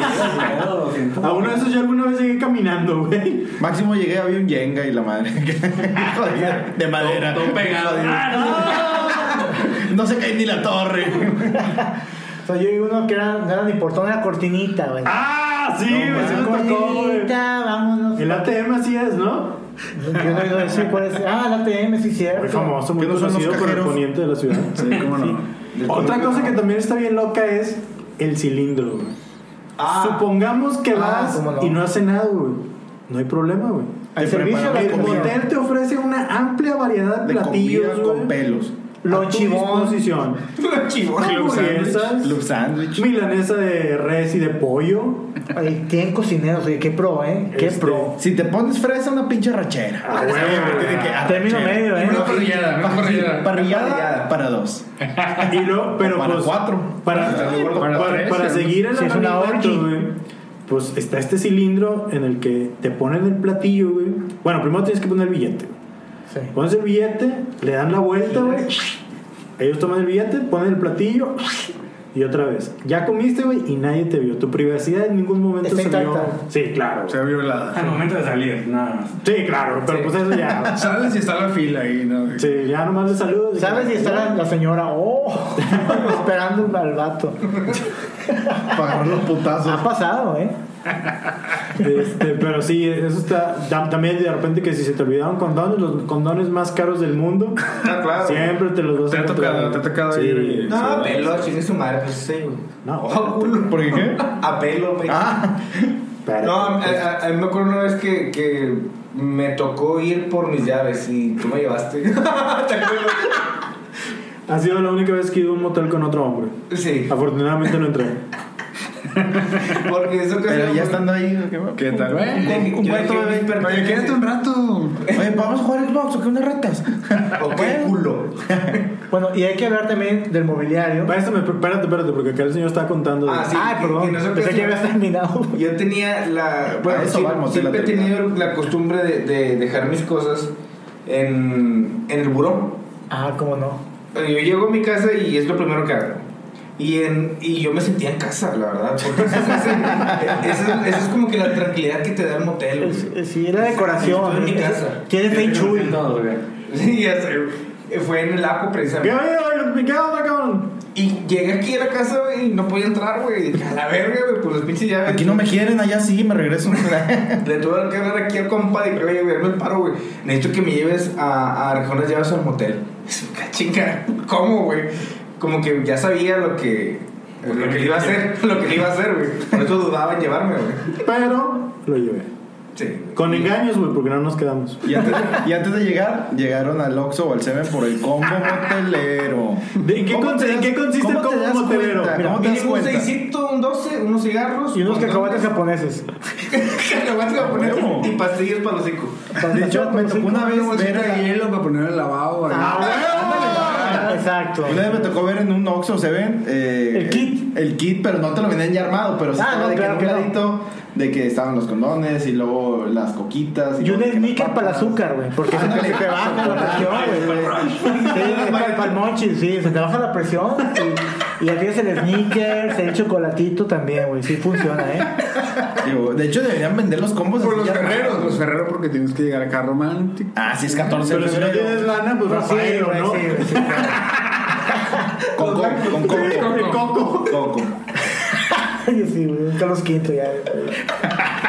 Speaker 5: doscientos, doscientos.
Speaker 1: A una de esas yo alguna vez llegué caminando, güey.
Speaker 6: Máximo llegué, había un yenga y la madre. Jodida, de madera.
Speaker 5: Todo pegado. Ah,
Speaker 6: No se cae ni la torre.
Speaker 4: O sea, yo vi uno que era, no era ni portón, era cortinita, güey.
Speaker 1: ¡Ah! Sí, güey, sí me tocó, güey.
Speaker 4: cortinita, vámonos.
Speaker 1: El ATM así es, ¿no?
Speaker 4: Yo no- no sé cuál es. Ah, el ATM, sí, cierto.
Speaker 1: Muy famoso, muy
Speaker 6: ¿Qué no son los
Speaker 1: conocido por el
Speaker 6: cajeros?
Speaker 1: poniente de la ciudad.
Speaker 3: Sí, cómo no.
Speaker 1: Otra cosa que también está bien loca es el cilindro, güey.
Speaker 2: Ah.
Speaker 1: Supongamos que
Speaker 4: Ah,
Speaker 1: vas
Speaker 4: cómo no.
Speaker 1: y no hace nada, güey. No hay problema, güey.
Speaker 4: Al
Speaker 6: Te
Speaker 4: servicio
Speaker 6: preparan
Speaker 4: de
Speaker 1: El
Speaker 4: la comida.
Speaker 1: motel te ofrece una amplia variedad de,
Speaker 6: De
Speaker 1: platillos,
Speaker 6: comida con
Speaker 1: güey.
Speaker 6: pelos.
Speaker 1: Lo
Speaker 4: Lonchibón.
Speaker 1: disposición.
Speaker 2: Lo chivo.
Speaker 1: Club Hamburguesas.
Speaker 6: Club sándwich.
Speaker 1: Milanesa de res y de pollo.
Speaker 4: Ay, tienen cocineros, oye, qué pro, ¿eh? Qué
Speaker 1: Este,
Speaker 4: pro.
Speaker 6: Si te pones fresa, una pinche rachera.
Speaker 1: Ah, güey, güey.
Speaker 6: Tiene que- ah,
Speaker 4: Término
Speaker 6: rachera.
Speaker 4: medio, ¿eh?
Speaker 3: Una parrillada, una parrillada.
Speaker 6: Parrillada
Speaker 2: Parrillada.
Speaker 6: para dos.
Speaker 1: Y luego, pero
Speaker 6: para
Speaker 1: pues,
Speaker 6: cuatro.
Speaker 1: Para, para,
Speaker 3: tres,
Speaker 1: para
Speaker 3: ¿no?
Speaker 1: seguir el
Speaker 4: Sí, es una
Speaker 1: anonimato,
Speaker 4: orgy.
Speaker 1: güey, pues está este cilindro en el que te ponen el platillo, güey. Bueno, primero tienes que poner el billete. güey.
Speaker 4: Sí.
Speaker 1: Pones el billete, le dan la vuelta, güey. Ellos toman el billete, ponen el platillo Y otra vez, ya comiste, güey, y nadie te vio. Tu privacidad en ningún momento
Speaker 4: Está
Speaker 1: se vio.
Speaker 4: intacta.
Speaker 1: Sí, claro.
Speaker 3: Se ha violado.
Speaker 5: Al momento de salir, nada más.
Speaker 1: Sí, claro, pero pues eso ya.
Speaker 3: Sales y está la fila ahí, ¿no?
Speaker 1: sí, ya nomás le saludas. y-
Speaker 4: ¿Sabes? Y está la, la señora, oh, esperando al vato.
Speaker 6: Para agarrar los putazos.
Speaker 4: Ha pasado, ¿eh?
Speaker 1: Este, pero sí, eso está. tam- También de repente que si se te olvidaron condones, los condones más caros del mundo,
Speaker 2: Ah, claro.
Speaker 1: siempre te los vas
Speaker 3: Te
Speaker 1: a
Speaker 3: ha
Speaker 1: encontrar.
Speaker 3: tocado, te ha tocado
Speaker 1: Sí.
Speaker 3: ir.
Speaker 2: No, pelo, chingue su madre, pues sí, güey.
Speaker 1: No.
Speaker 2: Oh, culo.
Speaker 6: ¿Por qué qué?
Speaker 2: A pelo, güey.
Speaker 6: Ah,
Speaker 1: Pero-
Speaker 2: No, eh. a, a- a mí me acuerdo una vez que, que me tocó ir por mis llaves y tú me llevaste. ¿Te acuerdas?
Speaker 1: Ha sido la única vez que he ido a un motel con otro hombre.
Speaker 2: Sí,
Speaker 1: Afortunadamente no entré.
Speaker 2: porque eso que
Speaker 6: pero ya estando ahí, ¿qué va?
Speaker 3: ¿Qué tal?
Speaker 2: Yo
Speaker 3: Güey,
Speaker 2: dejé-
Speaker 6: un
Speaker 2: yo
Speaker 6: cuarto,
Speaker 2: dejé
Speaker 6: bebé.
Speaker 2: mis
Speaker 3: oye,
Speaker 2: pertenencias.
Speaker 3: quédate un rato.
Speaker 6: Oye, ¿vamos a jugar Xbox o qué unas ratas?
Speaker 2: O qué culo.
Speaker 4: Bueno, y hay que hablar también del mobiliario.
Speaker 1: Para esto me- espérate, espérate, porque acá el señor está contando. de-
Speaker 2: Ah, sí.
Speaker 4: Ay,
Speaker 2: que- que
Speaker 4: perdón,
Speaker 2: no se
Speaker 4: pensé que
Speaker 2: presionó.
Speaker 4: habías terminado.
Speaker 2: Yo tenía la. Bueno,
Speaker 6: A eso
Speaker 2: sí,
Speaker 6: vamos,
Speaker 2: siempre he
Speaker 6: de la
Speaker 2: tenido la costumbre de, de dejar mis cosas en, en el buró.
Speaker 4: Ah, cómo no.
Speaker 2: Yo llego a mi casa y es lo primero que hago. Y, en, y yo me sentía en casa, la verdad. Porque eso, es- eso es- eso es como que la tranquilidad que te da el motel.
Speaker 4: Es-
Speaker 2: güey.
Speaker 4: es- Sí, era
Speaker 2: Estoy
Speaker 4: decoración.
Speaker 2: en mi casa.
Speaker 4: Tiene Feng Shui.
Speaker 5: Todo, güey.
Speaker 2: Sí, ya sé. Fue en el ACO
Speaker 1: ¿Qué
Speaker 2: precisamente.
Speaker 1: onda, güey? ¿Qué onda, cabrón?
Speaker 2: Y llegué aquí a la casa güey, y no podía entrar, güey. A la verga, güey, pues las pinches llaves.
Speaker 6: Aquí no me quieren, allá sí, me regreso.
Speaker 2: Le tuve que hablar aquí al compa y que, oye, güey, me paro, güey. Necesito que me lleves a, a recoger las llaves al motel. Chinga, Chinga, ¿cómo, güey? Como que ya sabía lo que, lo que le iba a hacer, lo que le iba a hacer, güey. Por eso dudaba en llevarme, güey.
Speaker 1: Pero lo llevé.
Speaker 2: Sí.
Speaker 1: Con engaños, güey, porque no nos quedamos.
Speaker 6: Y antes, y antes de llegar, llegaron al Oxxo o al Seven por el combo motelero.
Speaker 1: ¿De- ¿En qué,
Speaker 6: ¿Cómo
Speaker 1: consi-
Speaker 6: te das-
Speaker 1: en qué consiste
Speaker 6: cómo
Speaker 1: el
Speaker 6: te
Speaker 1: combo
Speaker 6: das
Speaker 1: motelero?
Speaker 6: cuenta?
Speaker 1: Mira,
Speaker 6: ¿Cómo te das
Speaker 2: Mínimo un
Speaker 6: cuenta?
Speaker 2: seisito, un doce, unos cigarros.
Speaker 4: Y unos cacahuates
Speaker 2: condones,
Speaker 4: japoneses.
Speaker 2: cacahuates japoneses
Speaker 6: Huevo.
Speaker 2: y pastillas para los hijos.
Speaker 6: De hecho, me tocó una vez ver
Speaker 3: Bolsita de
Speaker 6: a-
Speaker 3: hielo para poner el lavabo. ahí.
Speaker 4: Ah, Exacto.
Speaker 6: Una vez me tocó ver en un Oxxo Seven eh,
Speaker 4: El kit.
Speaker 6: El kit, pero no te lo vendían ya armado, pero sí
Speaker 4: Ah,
Speaker 6: estaba
Speaker 4: no,
Speaker 6: de que
Speaker 4: claro
Speaker 6: en un
Speaker 4: que no.
Speaker 6: ladito de que estaban los condones y luego las coquitas.
Speaker 4: Y
Speaker 6: luego
Speaker 4: un
Speaker 6: de que las
Speaker 4: sneaker para el
Speaker 6: papas.
Speaker 4: azúcar, güey. Porque se te,
Speaker 6: Ándale.
Speaker 4: se te baja la presión, güey. Sí, para, para el monchi, sí. Se te baja la presión. Y, y tienes el sneaker, el chocolatito también, güey. Sí funciona, ¿eh?
Speaker 6: Digo, de hecho, deberían vender los combos
Speaker 3: Por
Speaker 6: así
Speaker 3: los
Speaker 6: pues ya
Speaker 3: ferreros.
Speaker 6: armados.
Speaker 3: Los ferreros porque tienes que llegar acá romántico.
Speaker 6: Ah, sí, es 14 de
Speaker 1: Pero si no
Speaker 6: febrero.
Speaker 1: tienes lana, pues
Speaker 4: Pero sí,
Speaker 1: Rafael,
Speaker 4: güey,
Speaker 1: ¿no?
Speaker 4: sí, güey, sí.
Speaker 6: Con coco. Con coco.
Speaker 1: De coco.
Speaker 6: Coco.
Speaker 4: Ay, sí, güey. Un Carlos V ya.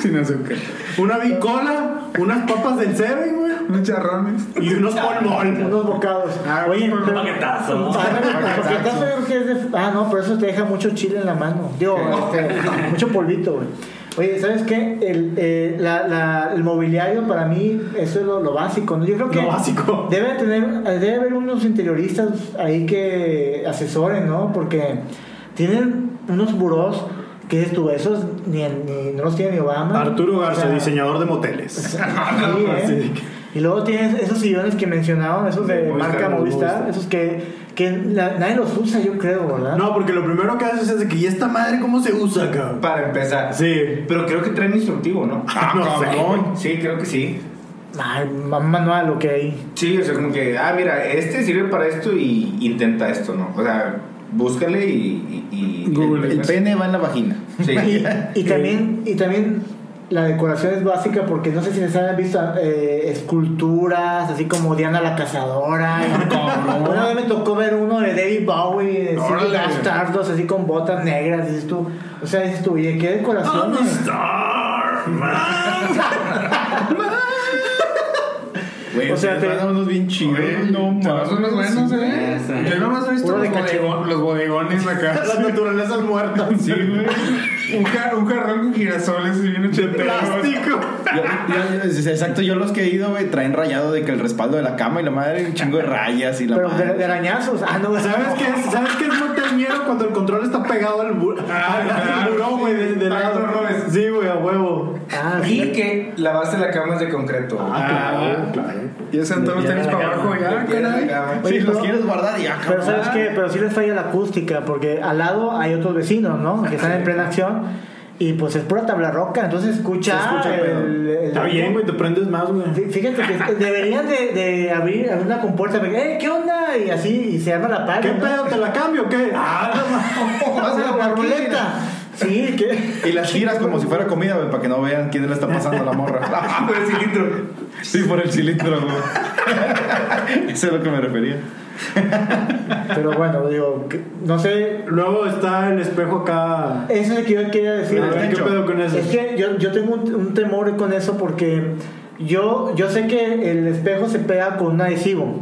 Speaker 3: Sin azúcar.
Speaker 1: Una bicola, unas papas del Seven, güey.
Speaker 3: Unos charrones.
Speaker 1: Y unos polmol.
Speaker 4: Unos bocados.
Speaker 3: Ah,
Speaker 4: Oye,
Speaker 3: un
Speaker 4: pero-
Speaker 5: paquetazo, ¿no?
Speaker 4: Ah, pero- porque el caso yo creo que es de- Ah, no, pero eso te deja mucho chile en la mano. Digo, este, mucho polvito, güey. Oye, ¿sabes qué? El, eh, la- la- el mobiliario para mí, eso es lo, lo básico. ¿no? Yo creo que
Speaker 1: Lo básico.
Speaker 4: debe tener, debe haber unos interioristas ahí que asesoren, ¿no? Porque tienen unos burós que dices tú, esos ni, en- ni- no los tiene ni Obama.
Speaker 1: Arturo Garza,
Speaker 4: O sea,
Speaker 1: diseñador de moteles.
Speaker 4: Sí, ¿eh?
Speaker 1: Así que-
Speaker 4: Y luego tienes esos sillones que mencionaron, esos de,
Speaker 1: De Movistar,
Speaker 4: marca
Speaker 1: los
Speaker 4: Movistar,
Speaker 1: Movistar.
Speaker 4: esos que, que la- nadie los usa, yo creo, ¿verdad?
Speaker 1: No, porque lo primero que haces es de que, ¿y esta madre cómo se usa, cabrón?
Speaker 2: Para empezar.
Speaker 1: Sí.
Speaker 2: Pero creo que traen instructivo, ¿no?
Speaker 1: Ah, no sé.
Speaker 6: cabrón.
Speaker 2: Sí, creo que sí.
Speaker 4: Ay, más manual lo que hay.
Speaker 2: Sí, o sea, como que, ah, mira, este sirve para esto y intenta esto, ¿no? O sea, búscale y. y, y-
Speaker 3: Google.
Speaker 6: El pene va en la vagina.
Speaker 2: Sí.
Speaker 4: Y, y también, y también la decoración es básica porque no sé si les han visto eh, esculturas, así como Diana la Cazadora. y-
Speaker 6: Cabrón.
Speaker 4: Una vez me tocó ver uno de David Bowie, de Ziggy
Speaker 3: Órale.
Speaker 4: Stardust, así con botas negras, dices tú. O sea, dices tú, oye, qué decoración.
Speaker 1: I'm a
Speaker 4: eh?
Speaker 1: star, man.
Speaker 6: Güey,
Speaker 4: O sea,
Speaker 6: ustedes
Speaker 4: te-
Speaker 6: mandan unos bien chidos. No,
Speaker 3: Te vas unos buenos,
Speaker 6: sí.
Speaker 3: eh. Yo nomás he visto
Speaker 4: Puro
Speaker 3: los,
Speaker 4: de cachemón.
Speaker 3: bodegón- los bodegones acá.
Speaker 1: Las naturalezas muertas.
Speaker 3: Sí, güey. Un, jar- un jarrón con girasoles y viene
Speaker 1: De plástico.
Speaker 6: Yo- yo- yo- exacto, yo los que he ido, güey, traen rayado de que el respaldo de la cama y la madre, un chingo de rayas y la
Speaker 4: Pero
Speaker 6: madre.
Speaker 4: de, de arañazos. Ah, no,
Speaker 1: ¿Sabes qué es, ¿sabes qué es montañero cuando el control está pegado al, bu al- al buró, güey, de, de
Speaker 2: Para que
Speaker 1: lado?
Speaker 2: no robes.
Speaker 1: Sí, güey, a huevo.
Speaker 4: Ah,
Speaker 2: Y que la base de la cama es de concreto.
Speaker 1: Ah, claro,
Speaker 3: Y ya sentó los tenis para abajo, ya,
Speaker 2: De piedra de
Speaker 3: Ah, caray.
Speaker 2: cama.
Speaker 6: Si
Speaker 4: Oye,
Speaker 6: los
Speaker 4: pero-
Speaker 6: quieres guardar, ya,
Speaker 4: Pero
Speaker 1: Ah.
Speaker 6: cabrón.
Speaker 4: sabes qué, pero sí les falla la acústica, porque al lado hay otros vecinos, ¿no? Que están en plena acción. Y pues es pura tabla roca, entonces escucha.
Speaker 6: Se escucha el pedo.
Speaker 4: el- el-
Speaker 1: Está bien, güey, te prendes más, güey.
Speaker 4: Fí- Fíjate que deberían de, de abrir alguna compuerta, porque, "Eh, ¿qué onda? Y así, y se arma la party.
Speaker 1: ¿Qué
Speaker 4: ¿no?
Speaker 1: pedo? ¿Te la cambio o qué? Ah, no,
Speaker 4: Vamos a la ruleta. Sí, ¿qué?
Speaker 6: Y las giras como si fuera comida, güey, para que no vean quién le está pasando a la morra.
Speaker 2: Ah, por el cilindro.
Speaker 6: Sí, por el cilindro, güey. Eso es a lo que me refería.
Speaker 4: Pero bueno, digo, que- no sé.
Speaker 1: ma- Luego está el espejo acá.
Speaker 4: Eso es lo que yo quería decir.
Speaker 1: A ver, ¿Qué
Speaker 6: techo.
Speaker 1: pedo con eso?
Speaker 4: Es que yo, yo tengo un, un temor con eso porque yo, yo sé que el espejo se pega con un adhesivo.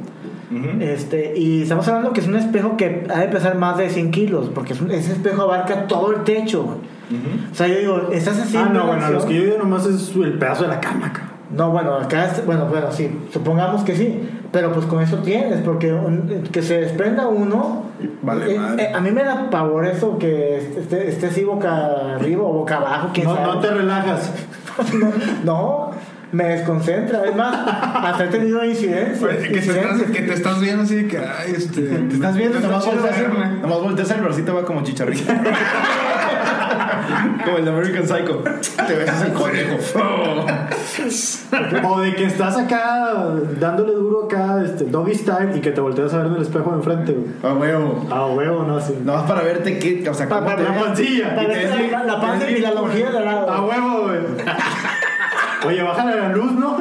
Speaker 4: Este, y estamos hablando que es un espejo que ha de pesar más de 100 kilos, porque es un- ese espejo abarca todo el techo. O sea, yo digo, estás haciendo.
Speaker 1: ah, no,
Speaker 4: una
Speaker 1: bueno,
Speaker 4: acción-
Speaker 1: los que yo digo nomás es el pedazo de la cama, cabrón.
Speaker 4: No, bueno, acá es, bueno, bueno, sí, supongamos que sí, pero pues con eso tienes, porque un- que se desprenda uno,
Speaker 6: Vale
Speaker 4: eh,
Speaker 6: madre.
Speaker 4: eh, a mí me da pavor eso que esté, esté así boca arriba o boca abajo, quién
Speaker 1: No,
Speaker 4: sabe.
Speaker 1: no te relajas.
Speaker 4: no, no, me desconcentra, es más, hasta he tenido incidencias.
Speaker 3: Que te,
Speaker 4: incidencias.
Speaker 3: estás, que te estás viendo así de que, ay, este.
Speaker 6: ¿Te estás viendo?
Speaker 3: te
Speaker 6: Nomás
Speaker 3: estás
Speaker 6: volteas, el,
Speaker 3: chingando, güey.
Speaker 6: nomás volteas el bracito, va como chicharrito. como el de American Psycho. Te besas el conejo.
Speaker 1: O de que estás acá dándole duro acá, este, doggy style, y que te volteas a ver en el espejo de enfrente, güey.
Speaker 6: A huevo.
Speaker 1: Ah, huevo, no, sí.
Speaker 6: Nomás para verte qué. O sea,
Speaker 4: Pa-
Speaker 6: cómo
Speaker 4: pa-
Speaker 6: te-
Speaker 1: La
Speaker 4: pa-
Speaker 1: pancilla.
Speaker 4: pa-
Speaker 1: Y
Speaker 6: te ves
Speaker 4: la, la
Speaker 6: bien-
Speaker 4: panza
Speaker 6: te ves
Speaker 4: y la
Speaker 6: bien
Speaker 4: longía de lado.
Speaker 1: A huevo, güey. Oye, bájale la luz, ¿no?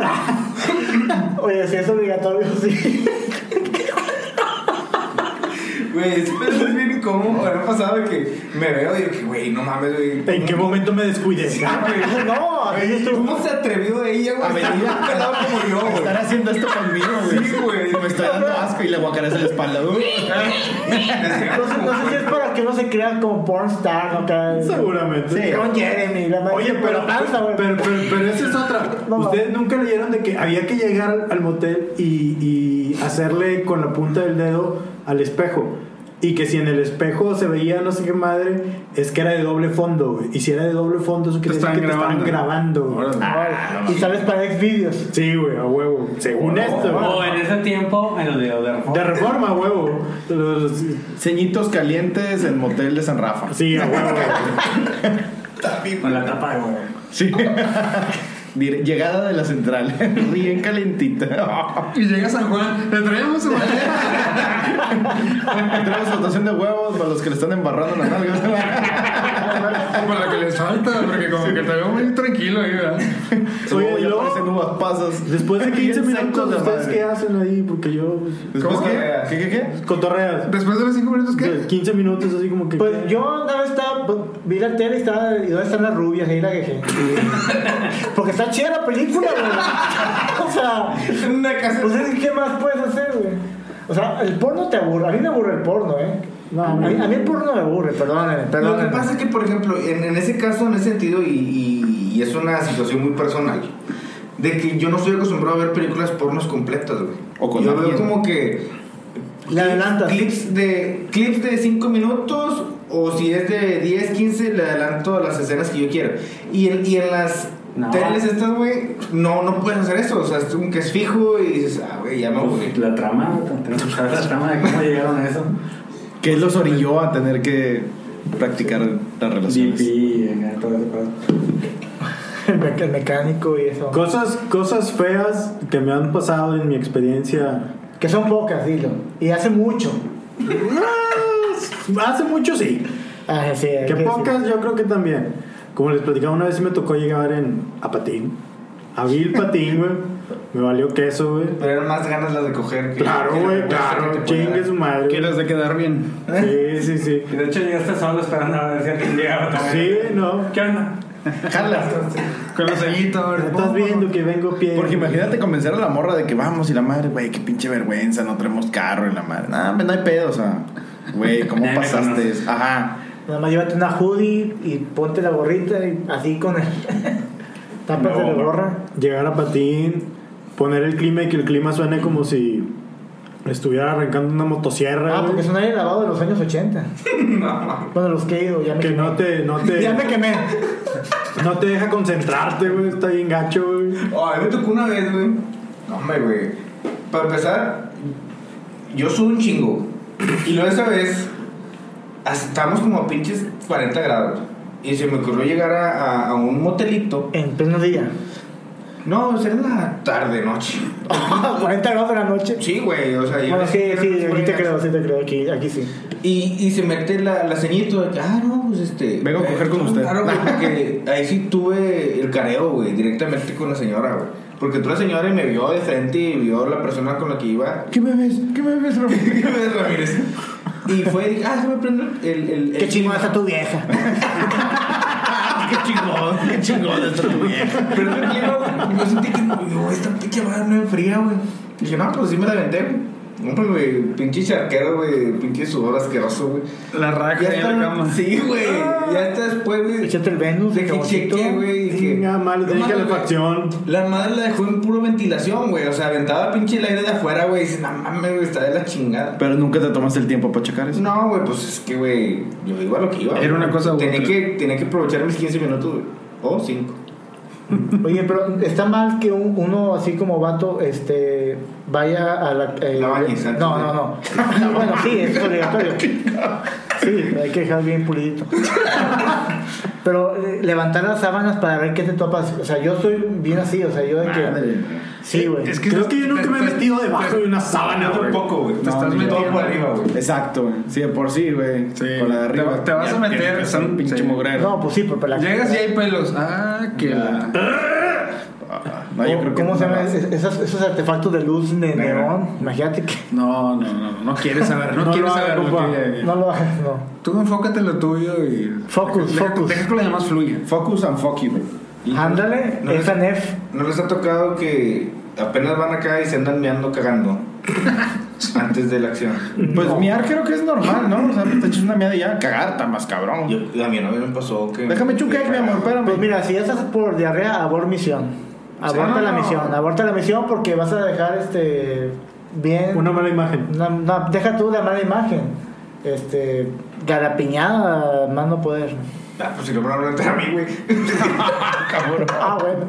Speaker 4: Oye, si es obligatorio, sí.
Speaker 2: Güey, ese pedo es bien incómodo. Ahora pasado de que me veo y de que, güey, no mames, güey.
Speaker 1: ¿En qué momento me descuidé?
Speaker 4: No, a mí yo estoy-
Speaker 2: ¿Cómo se atrevió ella, güey?
Speaker 6: A venir
Speaker 2: Está
Speaker 6: a-
Speaker 2: un pelado como yo, güey.
Speaker 6: Estar haciendo esto conmigo, güey.
Speaker 2: Sí, güey.
Speaker 6: Me estoy dando asco y le guacareas la espalda. Uy.
Speaker 4: No sé, no sé si es para que no se crea como pornstar, ¿no? Acá-
Speaker 1: Seguramente.
Speaker 6: Sí.
Speaker 4: Con Jeremy, la madre.
Speaker 1: Oye, pero,
Speaker 4: la panza, güey.
Speaker 1: pero, pero, pero esa es otra.
Speaker 4: No, no.
Speaker 1: Ustedes nunca leyeron de que había que llegar al, al motel y, y hacerle con la punta del dedo al espejo. Y que si en el espejo se veía no sé qué madre, es que era de doble fondo, güey. Y si era de doble fondo, eso quiere decir que te
Speaker 3: estaban
Speaker 1: estaban
Speaker 3: grabando.
Speaker 1: grabando, güey.
Speaker 3: Órale.
Speaker 4: Ay, Ah, y sales para ex videos.
Speaker 1: Sí, güey, a huevo. Según esto, güey.
Speaker 5: O Oh, en ese tiempo, en los de de
Speaker 1: De
Speaker 5: Reforma.
Speaker 1: reforma, a huevo. Los-
Speaker 6: Ceñitos calientes en motel de San Rafa.
Speaker 1: Sí, a huevo. güey.
Speaker 5: Con la tapa de huevo.
Speaker 6: Sí. Dire- Llegada de la central. Bien calentita.
Speaker 3: Y llega San Juan, le traemos su maleta.
Speaker 6: Trae flotación de huevos para los que le están embarrando las nalgas.
Speaker 3: Para que les falta, porque como que te veo muy tranquilo ahí, ¿verdad?
Speaker 1: Oye,
Speaker 6: Oye,
Speaker 1: y
Speaker 6: ya
Speaker 1: luego-
Speaker 6: aparecen uvas pasas.
Speaker 1: Después de 15
Speaker 6: Bien
Speaker 1: minutos,
Speaker 6: sacos de
Speaker 1: ¿ustedes
Speaker 6: madre.
Speaker 1: qué hacen ahí? Porque yo. pues,
Speaker 6: Después,
Speaker 2: ¿Cómo?
Speaker 6: ¿qué? ¿Qué, qué, qué?
Speaker 1: Cotorreas.
Speaker 3: Después de los cinco minutos, ¿qué?
Speaker 1: 15 minutos, así como que.
Speaker 4: Pues yo andaba, estaba, pues, vi la tele y estaba, ¿y dónde están las rubias? Y ahí la quejé. Porque está chida la película, güey. O sea,
Speaker 2: En una casa.
Speaker 4: pues es que, ¿qué más puedes hacer, güey? O sea, el porno te aburre. A mí me aburre el porno, ¿eh? No, a mí, a mí el porno me aburre, perdónenme,
Speaker 2: Lo que
Speaker 4: perdónenme.
Speaker 2: pasa es que, por ejemplo, en, en ese caso, en ese sentido, y, y- y es una situación muy personal, de que yo no estoy acostumbrado a ver películas pornos completas, güey.
Speaker 6: O con
Speaker 2: yo veo
Speaker 6: alguien.
Speaker 2: como que
Speaker 4: Le adelantas.
Speaker 2: clips de clips de 5 minutos o si es de 10, 15 le adelanto a las escenas que yo quiera. Y en, y en las
Speaker 5: No.
Speaker 2: teles estas, güey, no no puedes hacer eso, o sea, es como que es fijo y dices, ah, güey, ya me aburrí.
Speaker 5: La trama, tenemos que saber la trama de cómo llegaron a eso.
Speaker 6: ¿Qué los orilló a tener que practicar las relaciones?
Speaker 5: DP, acá, todo ese pedo.
Speaker 4: El, mec- el mecánico y eso.
Speaker 1: Cosas, cosas feas que me han pasado en mi experiencia.
Speaker 4: Que son pocas, dilo. Y hace mucho.
Speaker 1: Hace mucho sí.
Speaker 4: Ah, sí, hay
Speaker 1: Que
Speaker 4: decir.
Speaker 1: pocas yo creo que también. Como les platicaba una vez sí me tocó llegar en a patín. A Vil Patín, güey. Me valió queso, güey.
Speaker 2: Pero eran más ganas las de coger. que-
Speaker 1: Claro,
Speaker 2: que la
Speaker 1: güey,
Speaker 2: vergüenza que
Speaker 1: claro.
Speaker 2: te puede
Speaker 1: Chingue
Speaker 2: dar.
Speaker 1: su madre.
Speaker 3: Quieres de quedar bien.
Speaker 1: Sí, sí, sí.
Speaker 5: Y de hecho llegaste solo esperando a ver si alguien llegaba
Speaker 1: Sí,
Speaker 5: también.
Speaker 1: no.
Speaker 5: ¿Qué onda?
Speaker 6: Jalas.
Speaker 3: Con los sellitos,
Speaker 1: ¿Me
Speaker 3: ¿verdad?
Speaker 1: Estás viendo que vengo pie.
Speaker 6: Porque imagínate convencer a la morra de que vamos y la madre, güey, qué pinche vergüenza, no traemos carro y la madre. Nah, hombre, no hay pedo, o sea, güey, ¿cómo
Speaker 5: Nadie me
Speaker 6: pasaste?
Speaker 5: conoce.
Speaker 6: eso? Ajá.
Speaker 4: Nada más llévate una hoodie y ponte la gorrita y así con el. Tápate
Speaker 5: No,
Speaker 4: la
Speaker 5: bro.
Speaker 4: gorra.
Speaker 1: llegar a patín, poner el clima y que el clima suene como si estuviera arrancando una motosierra.
Speaker 4: Ah,
Speaker 1: güey.
Speaker 4: porque es un aire lavado de los años 80. Bueno, los que he ido, ya me
Speaker 1: que
Speaker 4: quemé.
Speaker 1: no te, no te,
Speaker 4: Ya me quemé.
Speaker 1: no te deja concentrarte, güey. Está bien gacho, güey.
Speaker 2: Ay, me tocó una vez, güey. No, hombre, güey. Para empezar, yo subo un chingo. Y luego esa vez, as- estábamos como a pinches 40 grados. Y se me ocurrió llegar a, a- a un motelito.
Speaker 4: En pleno día.
Speaker 2: No, o sea, en la tarde, noche.
Speaker 4: 40 Ah, grados de la noche.
Speaker 2: Sí, güey, o sea... yo-
Speaker 4: Bueno, sí, sí,
Speaker 2: güey,
Speaker 4: aquí te creo, sí te creo, aquí, aquí sí.
Speaker 2: Y, y se mete la, la ceñito de que, ah, no, pues este.
Speaker 6: Vengo a coger con usted.
Speaker 2: Claro, güey, porque ahí sí tuve el careo, güey, directamente con la señora, güey. Porque entró la señora y me vio de frente y vio la persona con la que iba.
Speaker 6: ¿Qué me ves? ¿Qué me ves, Ramón?
Speaker 2: ¿Qué me ves, Ramírez? Y fue, dije, ah, se me prende el. el,
Speaker 4: Qué chingón está tu vieja.
Speaker 2: qué chingón, qué chingón está tu vieja. Pero no clima, güey. Yo sentí que, güey, esta pinche madre no me enfría, güey. Dije, no, pues sí me la venté, güey. Hombre, güey, pinche charquero, güey, pinche sudor asqueroso, güey.
Speaker 3: La raja
Speaker 2: Ya
Speaker 3: de
Speaker 2: está,
Speaker 3: la cama.
Speaker 2: Sí, güey. Ya está después, güey.
Speaker 4: Échate el Venus,
Speaker 2: De que
Speaker 4: jaboncito.
Speaker 2: chequé, güey. dije,
Speaker 1: Venga, mal,
Speaker 2: no
Speaker 1: dije
Speaker 2: mames,
Speaker 1: la
Speaker 2: güey.
Speaker 1: facción.
Speaker 2: La madre la dejó en puro ventilación, güey. O sea, aventaba pinche el aire de afuera, güey. Y dice, no mames, güey, está de la chingada.
Speaker 6: Pero nunca te tomaste el tiempo para checar eso.
Speaker 2: No, güey, pues es que, güey, yo iba a lo que iba.
Speaker 3: Era una
Speaker 2: güey.
Speaker 3: cosa u
Speaker 2: tenía
Speaker 3: otra.
Speaker 2: que, tenía que aprovechar mis 15 minutos, güey. O 5.
Speaker 4: Oye, pero está mal que un- uno así como vato este, vaya a la. eh,
Speaker 2: La bañes antes
Speaker 4: no,
Speaker 2: de-
Speaker 4: no, no. bueno, sí, es obligatorio. Sí, hay que dejar bien pulidito. Pero eh, levantar las sábanas para ver qué te topas. O sea, yo soy bien así, o sea, yo de que. Sí, güey.
Speaker 3: Es que
Speaker 1: Creo
Speaker 3: estás-
Speaker 1: que yo nunca me he
Speaker 3: te- te-
Speaker 1: metido debajo de una sábana, güey.
Speaker 2: Yo Ah, tampoco, güey.
Speaker 3: Te estás
Speaker 2: ni
Speaker 3: metiendo.
Speaker 2: Todo por arriba, güey.
Speaker 6: Exacto, güey. Sí, de por sí, güey.
Speaker 3: Sí.
Speaker 6: Con la de arriba.
Speaker 3: Te- te vas a
Speaker 6: Ya
Speaker 3: meter,
Speaker 6: tiene que ser un
Speaker 3: sí.
Speaker 6: pinche mugrero.
Speaker 4: No, pues sí, pero para la.
Speaker 3: Llegas y hay pelos. Ah, que la.
Speaker 6: Ah, no, yo creo que
Speaker 4: ¿Cómo se
Speaker 6: no.
Speaker 4: llaman es- esos, esos artefactos de luz de
Speaker 6: Negra.
Speaker 4: neón? Imagínate que.
Speaker 3: No, no, no, no quieres saber, no,
Speaker 1: No lo
Speaker 3: quieres
Speaker 1: hagas,
Speaker 3: saber lo
Speaker 1: compa.
Speaker 3: que-
Speaker 4: No lo hagas, no.
Speaker 3: Tú enfócate en lo tuyo y.
Speaker 4: Focus,
Speaker 3: deja,
Speaker 4: focus.
Speaker 3: Deja que lo demás fluya.
Speaker 6: Focus and fuck you, güey.
Speaker 4: Ándale,
Speaker 2: No, no.
Speaker 4: esa nef.
Speaker 2: ¿No les ha tocado que apenas van acá y se andan meando cagando? antes de la acción.
Speaker 6: Pues miar creo que es normal, ¿no? O sea, te echas una miada y ya cagar, tan más cabrón.
Speaker 2: Yo, a mí no me pasó que...
Speaker 6: Déjame chucar, mi amor, espérame.
Speaker 4: Pues mira, si ya estás por diarrea, abor misión. Aborta
Speaker 2: Sí.
Speaker 4: la
Speaker 2: No.
Speaker 4: misión, aborta la misión porque vas a dejar este bien.
Speaker 1: Una mala imagen.
Speaker 4: una- una- deja tú la mala imagen. Este. Garapiñada, más no poder.
Speaker 2: Ah, pues si no me van a meter a mí, güey.
Speaker 6: cabrón.
Speaker 4: Ah, bueno.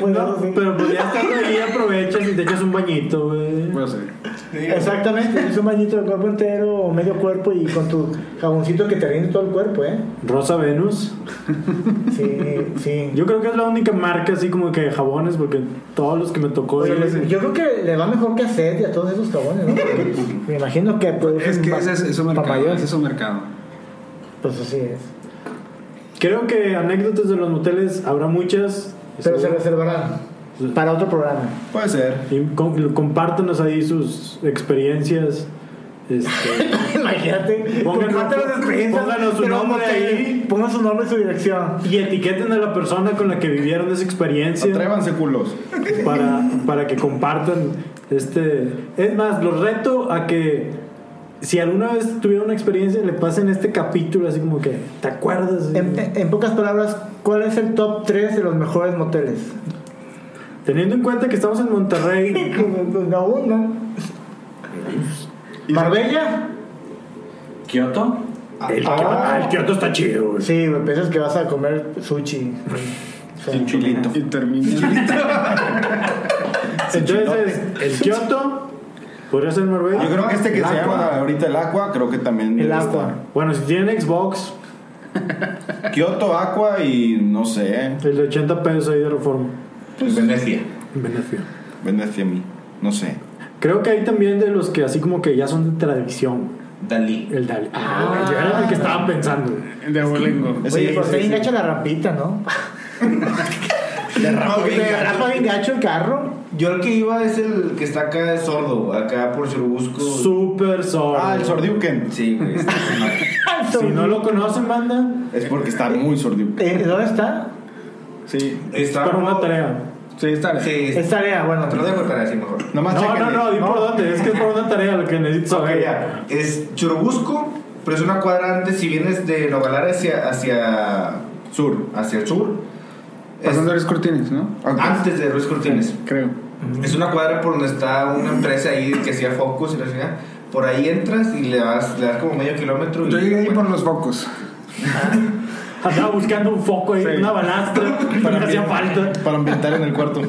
Speaker 4: Pues
Speaker 1: No,
Speaker 4: eso sí.
Speaker 1: pero pues ya estás ahí, aprovechas y te echas un bañito, güey.
Speaker 3: Pues, eh,
Speaker 4: Exactamente, es un bañito de cuerpo entero o medio cuerpo y con tu jaboncito que te rinde todo el cuerpo, ¿eh?
Speaker 1: Rosa Venus.
Speaker 4: Sí, sí.
Speaker 1: Yo creo que es la única marca así como que de jabones, porque todos los que me tocó.
Speaker 4: Oye,
Speaker 1: yo-
Speaker 4: le- yo creo que le va mejor que a Seth y a todos esos jabones, ¿no? Porque me imagino que producen
Speaker 3: es que
Speaker 4: pa-
Speaker 3: ese es, es su mercado.
Speaker 4: papayón.
Speaker 3: ese es su mercado.
Speaker 4: Pues así es.
Speaker 1: Creo que anécdotas de los moteles habrá muchas.
Speaker 4: Pero se
Speaker 1: Seguro.
Speaker 4: reservarán para otro programa.
Speaker 6: Puede ser.
Speaker 1: Y com- compártanos ahí sus experiencias. Este,
Speaker 4: Imagínate.
Speaker 1: Pónganos-
Speaker 4: compártanos las experiencias,
Speaker 1: pónganos su
Speaker 4: pero
Speaker 1: nombre
Speaker 4: moteles.
Speaker 1: ahí.
Speaker 4: Pongan su nombre y su dirección.
Speaker 1: y etiqueten a la persona con la que vivieron esa experiencia
Speaker 6: Atrévanse, culos.
Speaker 1: para, para que compartan. Este, es más, los reto a que si alguna vez tuvieron una experiencia, le pasen este capítulo así como que, ¿te acuerdas?
Speaker 4: En, en pocas palabras, ¿cuál es el top 3 de los mejores moteles?
Speaker 1: Teniendo en cuenta que estamos en Monterrey,
Speaker 4: No, uno. ¿Marbella?
Speaker 5: ¿Kioto?
Speaker 1: el,
Speaker 4: Ah.
Speaker 1: Kioto, ah, el Kioto está chido. güey.
Speaker 4: Sí, güey, piensas que vas a comer sushi. Sí.
Speaker 6: Sin chilito.
Speaker 3: Y termina.
Speaker 1: Entonces, el Kioto podría ser Marbella.
Speaker 6: Yo creo que este que
Speaker 1: El
Speaker 6: se
Speaker 1: Aqua.
Speaker 6: llama ahorita el Aqua, creo que también.
Speaker 4: El
Speaker 6: debe
Speaker 4: agua.
Speaker 1: Bueno, si tienen Xbox,
Speaker 6: estar. Kyoto, Aqua y no sé.
Speaker 1: el de 80 pesos ahí de reforma.
Speaker 2: Pues Venecia.
Speaker 1: Beneficio.
Speaker 6: Véndete a mí. No sé.
Speaker 1: Creo que hay también de los que así como que ya son de tradición.
Speaker 2: Dalí.
Speaker 1: El Dali. Ah, yo era el que estaba pensando.
Speaker 3: De abolengo.
Speaker 6: Ese
Speaker 4: Oye,
Speaker 6: ya-
Speaker 4: pues está bien gacho la rampita, ¿no?
Speaker 2: De Rafa
Speaker 4: Porque te
Speaker 2: Vega.
Speaker 4: agarra bien gacho Ah, pues, el carro.
Speaker 2: Yo el que iba es el que está acá de sordo, acá por Churubusco.
Speaker 1: Super sordo.
Speaker 6: Ah, el Sordiuken.
Speaker 2: Sí, güey. está mal.
Speaker 1: Si no lo conocen, banda,
Speaker 6: Es porque está muy Sordiuken.
Speaker 4: Eh, ¿Dónde está?
Speaker 6: Sí.
Speaker 2: Está
Speaker 1: para una
Speaker 2: por-
Speaker 1: tarea.
Speaker 3: Sí, está bien.
Speaker 2: Sí,
Speaker 4: Es tarea, bueno.
Speaker 2: Te lo dejo tarea, sí, mejor.
Speaker 6: Nomás
Speaker 1: No, no,
Speaker 6: chéquenle.
Speaker 1: no, di por dónde. Es que es por una tarea lo que necesito
Speaker 2: Ok,
Speaker 1: saber.
Speaker 2: ya. Es Churubusco, pero es una cuadra antes. Si vienes de Nogalar hacia, hacia,
Speaker 6: Sur.
Speaker 2: hacia el sur, es Ah.
Speaker 3: Pasando los cortines, ¿no?
Speaker 2: antes de Ruiz Cortines.
Speaker 3: Creo.
Speaker 2: Es una cuadra por donde está una empresa ahí que hacía Focus y la chingada. Por ahí entras y le das, le das como medio kilómetro. y-
Speaker 3: Yo llegué ahí por los focos.
Speaker 1: Andaba buscando un foco ahí,
Speaker 6: Sí.
Speaker 1: una balastra, para
Speaker 6: Para
Speaker 1: me hacía falta.
Speaker 6: ambientar, para ambientar en el cuarto.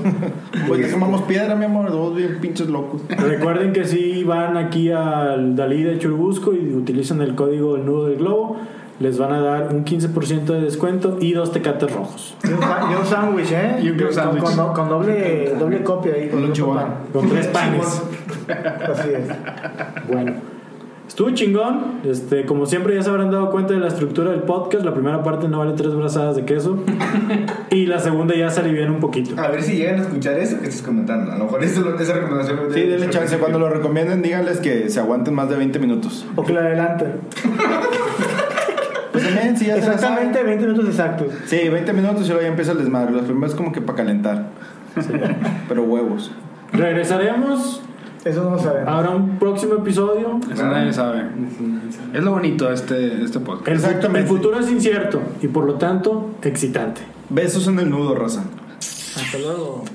Speaker 6: Oye, quemamos piedra, mi amor, dos bien pinches locos.
Speaker 1: Recuerden que si van aquí al Dalí de Churubusco y utilizan el código del nudo del globo, les van a dar un 15% de descuento y dos tecates rojos.
Speaker 4: Y un sa- y un sándwich, ¿eh?
Speaker 3: Y un
Speaker 4: Con-
Speaker 3: sándwich.
Speaker 4: Con, do- con doble, doble copia ahí.
Speaker 6: Con un
Speaker 4: doble
Speaker 6: chubón.
Speaker 4: pan.
Speaker 1: Con tres panes.
Speaker 4: Así es.
Speaker 1: Bueno. Estuvo chingón. Este, como siempre ya se habrán dado cuenta de la estructura del podcast. La primera parte no vale tres brazadas de queso. y la segunda ya se alivian un poquito.
Speaker 2: A ver si llegan a escuchar eso que estás comentando. A lo mejor eso, esa recomendación. lo-
Speaker 6: Sí, denle chance. Cuando lo recomienden, díganles que se aguanten más de 20 minutos.
Speaker 4: O que lo adelante.
Speaker 6: Pues también, sí, ya se la saben.
Speaker 4: Exactamente 20 minutos exactos.
Speaker 6: Sí, 20 minutos y luego ya empieza el desmadre. Los primeros como que para calentar. Pero huevos.
Speaker 1: Regresaremos.
Speaker 4: Eso no lo sabemos.
Speaker 1: Habrá un próximo episodio.
Speaker 3: Eso nadie sabe. Es lo bonito de este, este podcast.
Speaker 1: El, fu-
Speaker 6: Exactamente.
Speaker 1: el futuro es incierto y por lo tanto excitante.
Speaker 6: Besos en el nudo, raza.
Speaker 1: Hasta luego.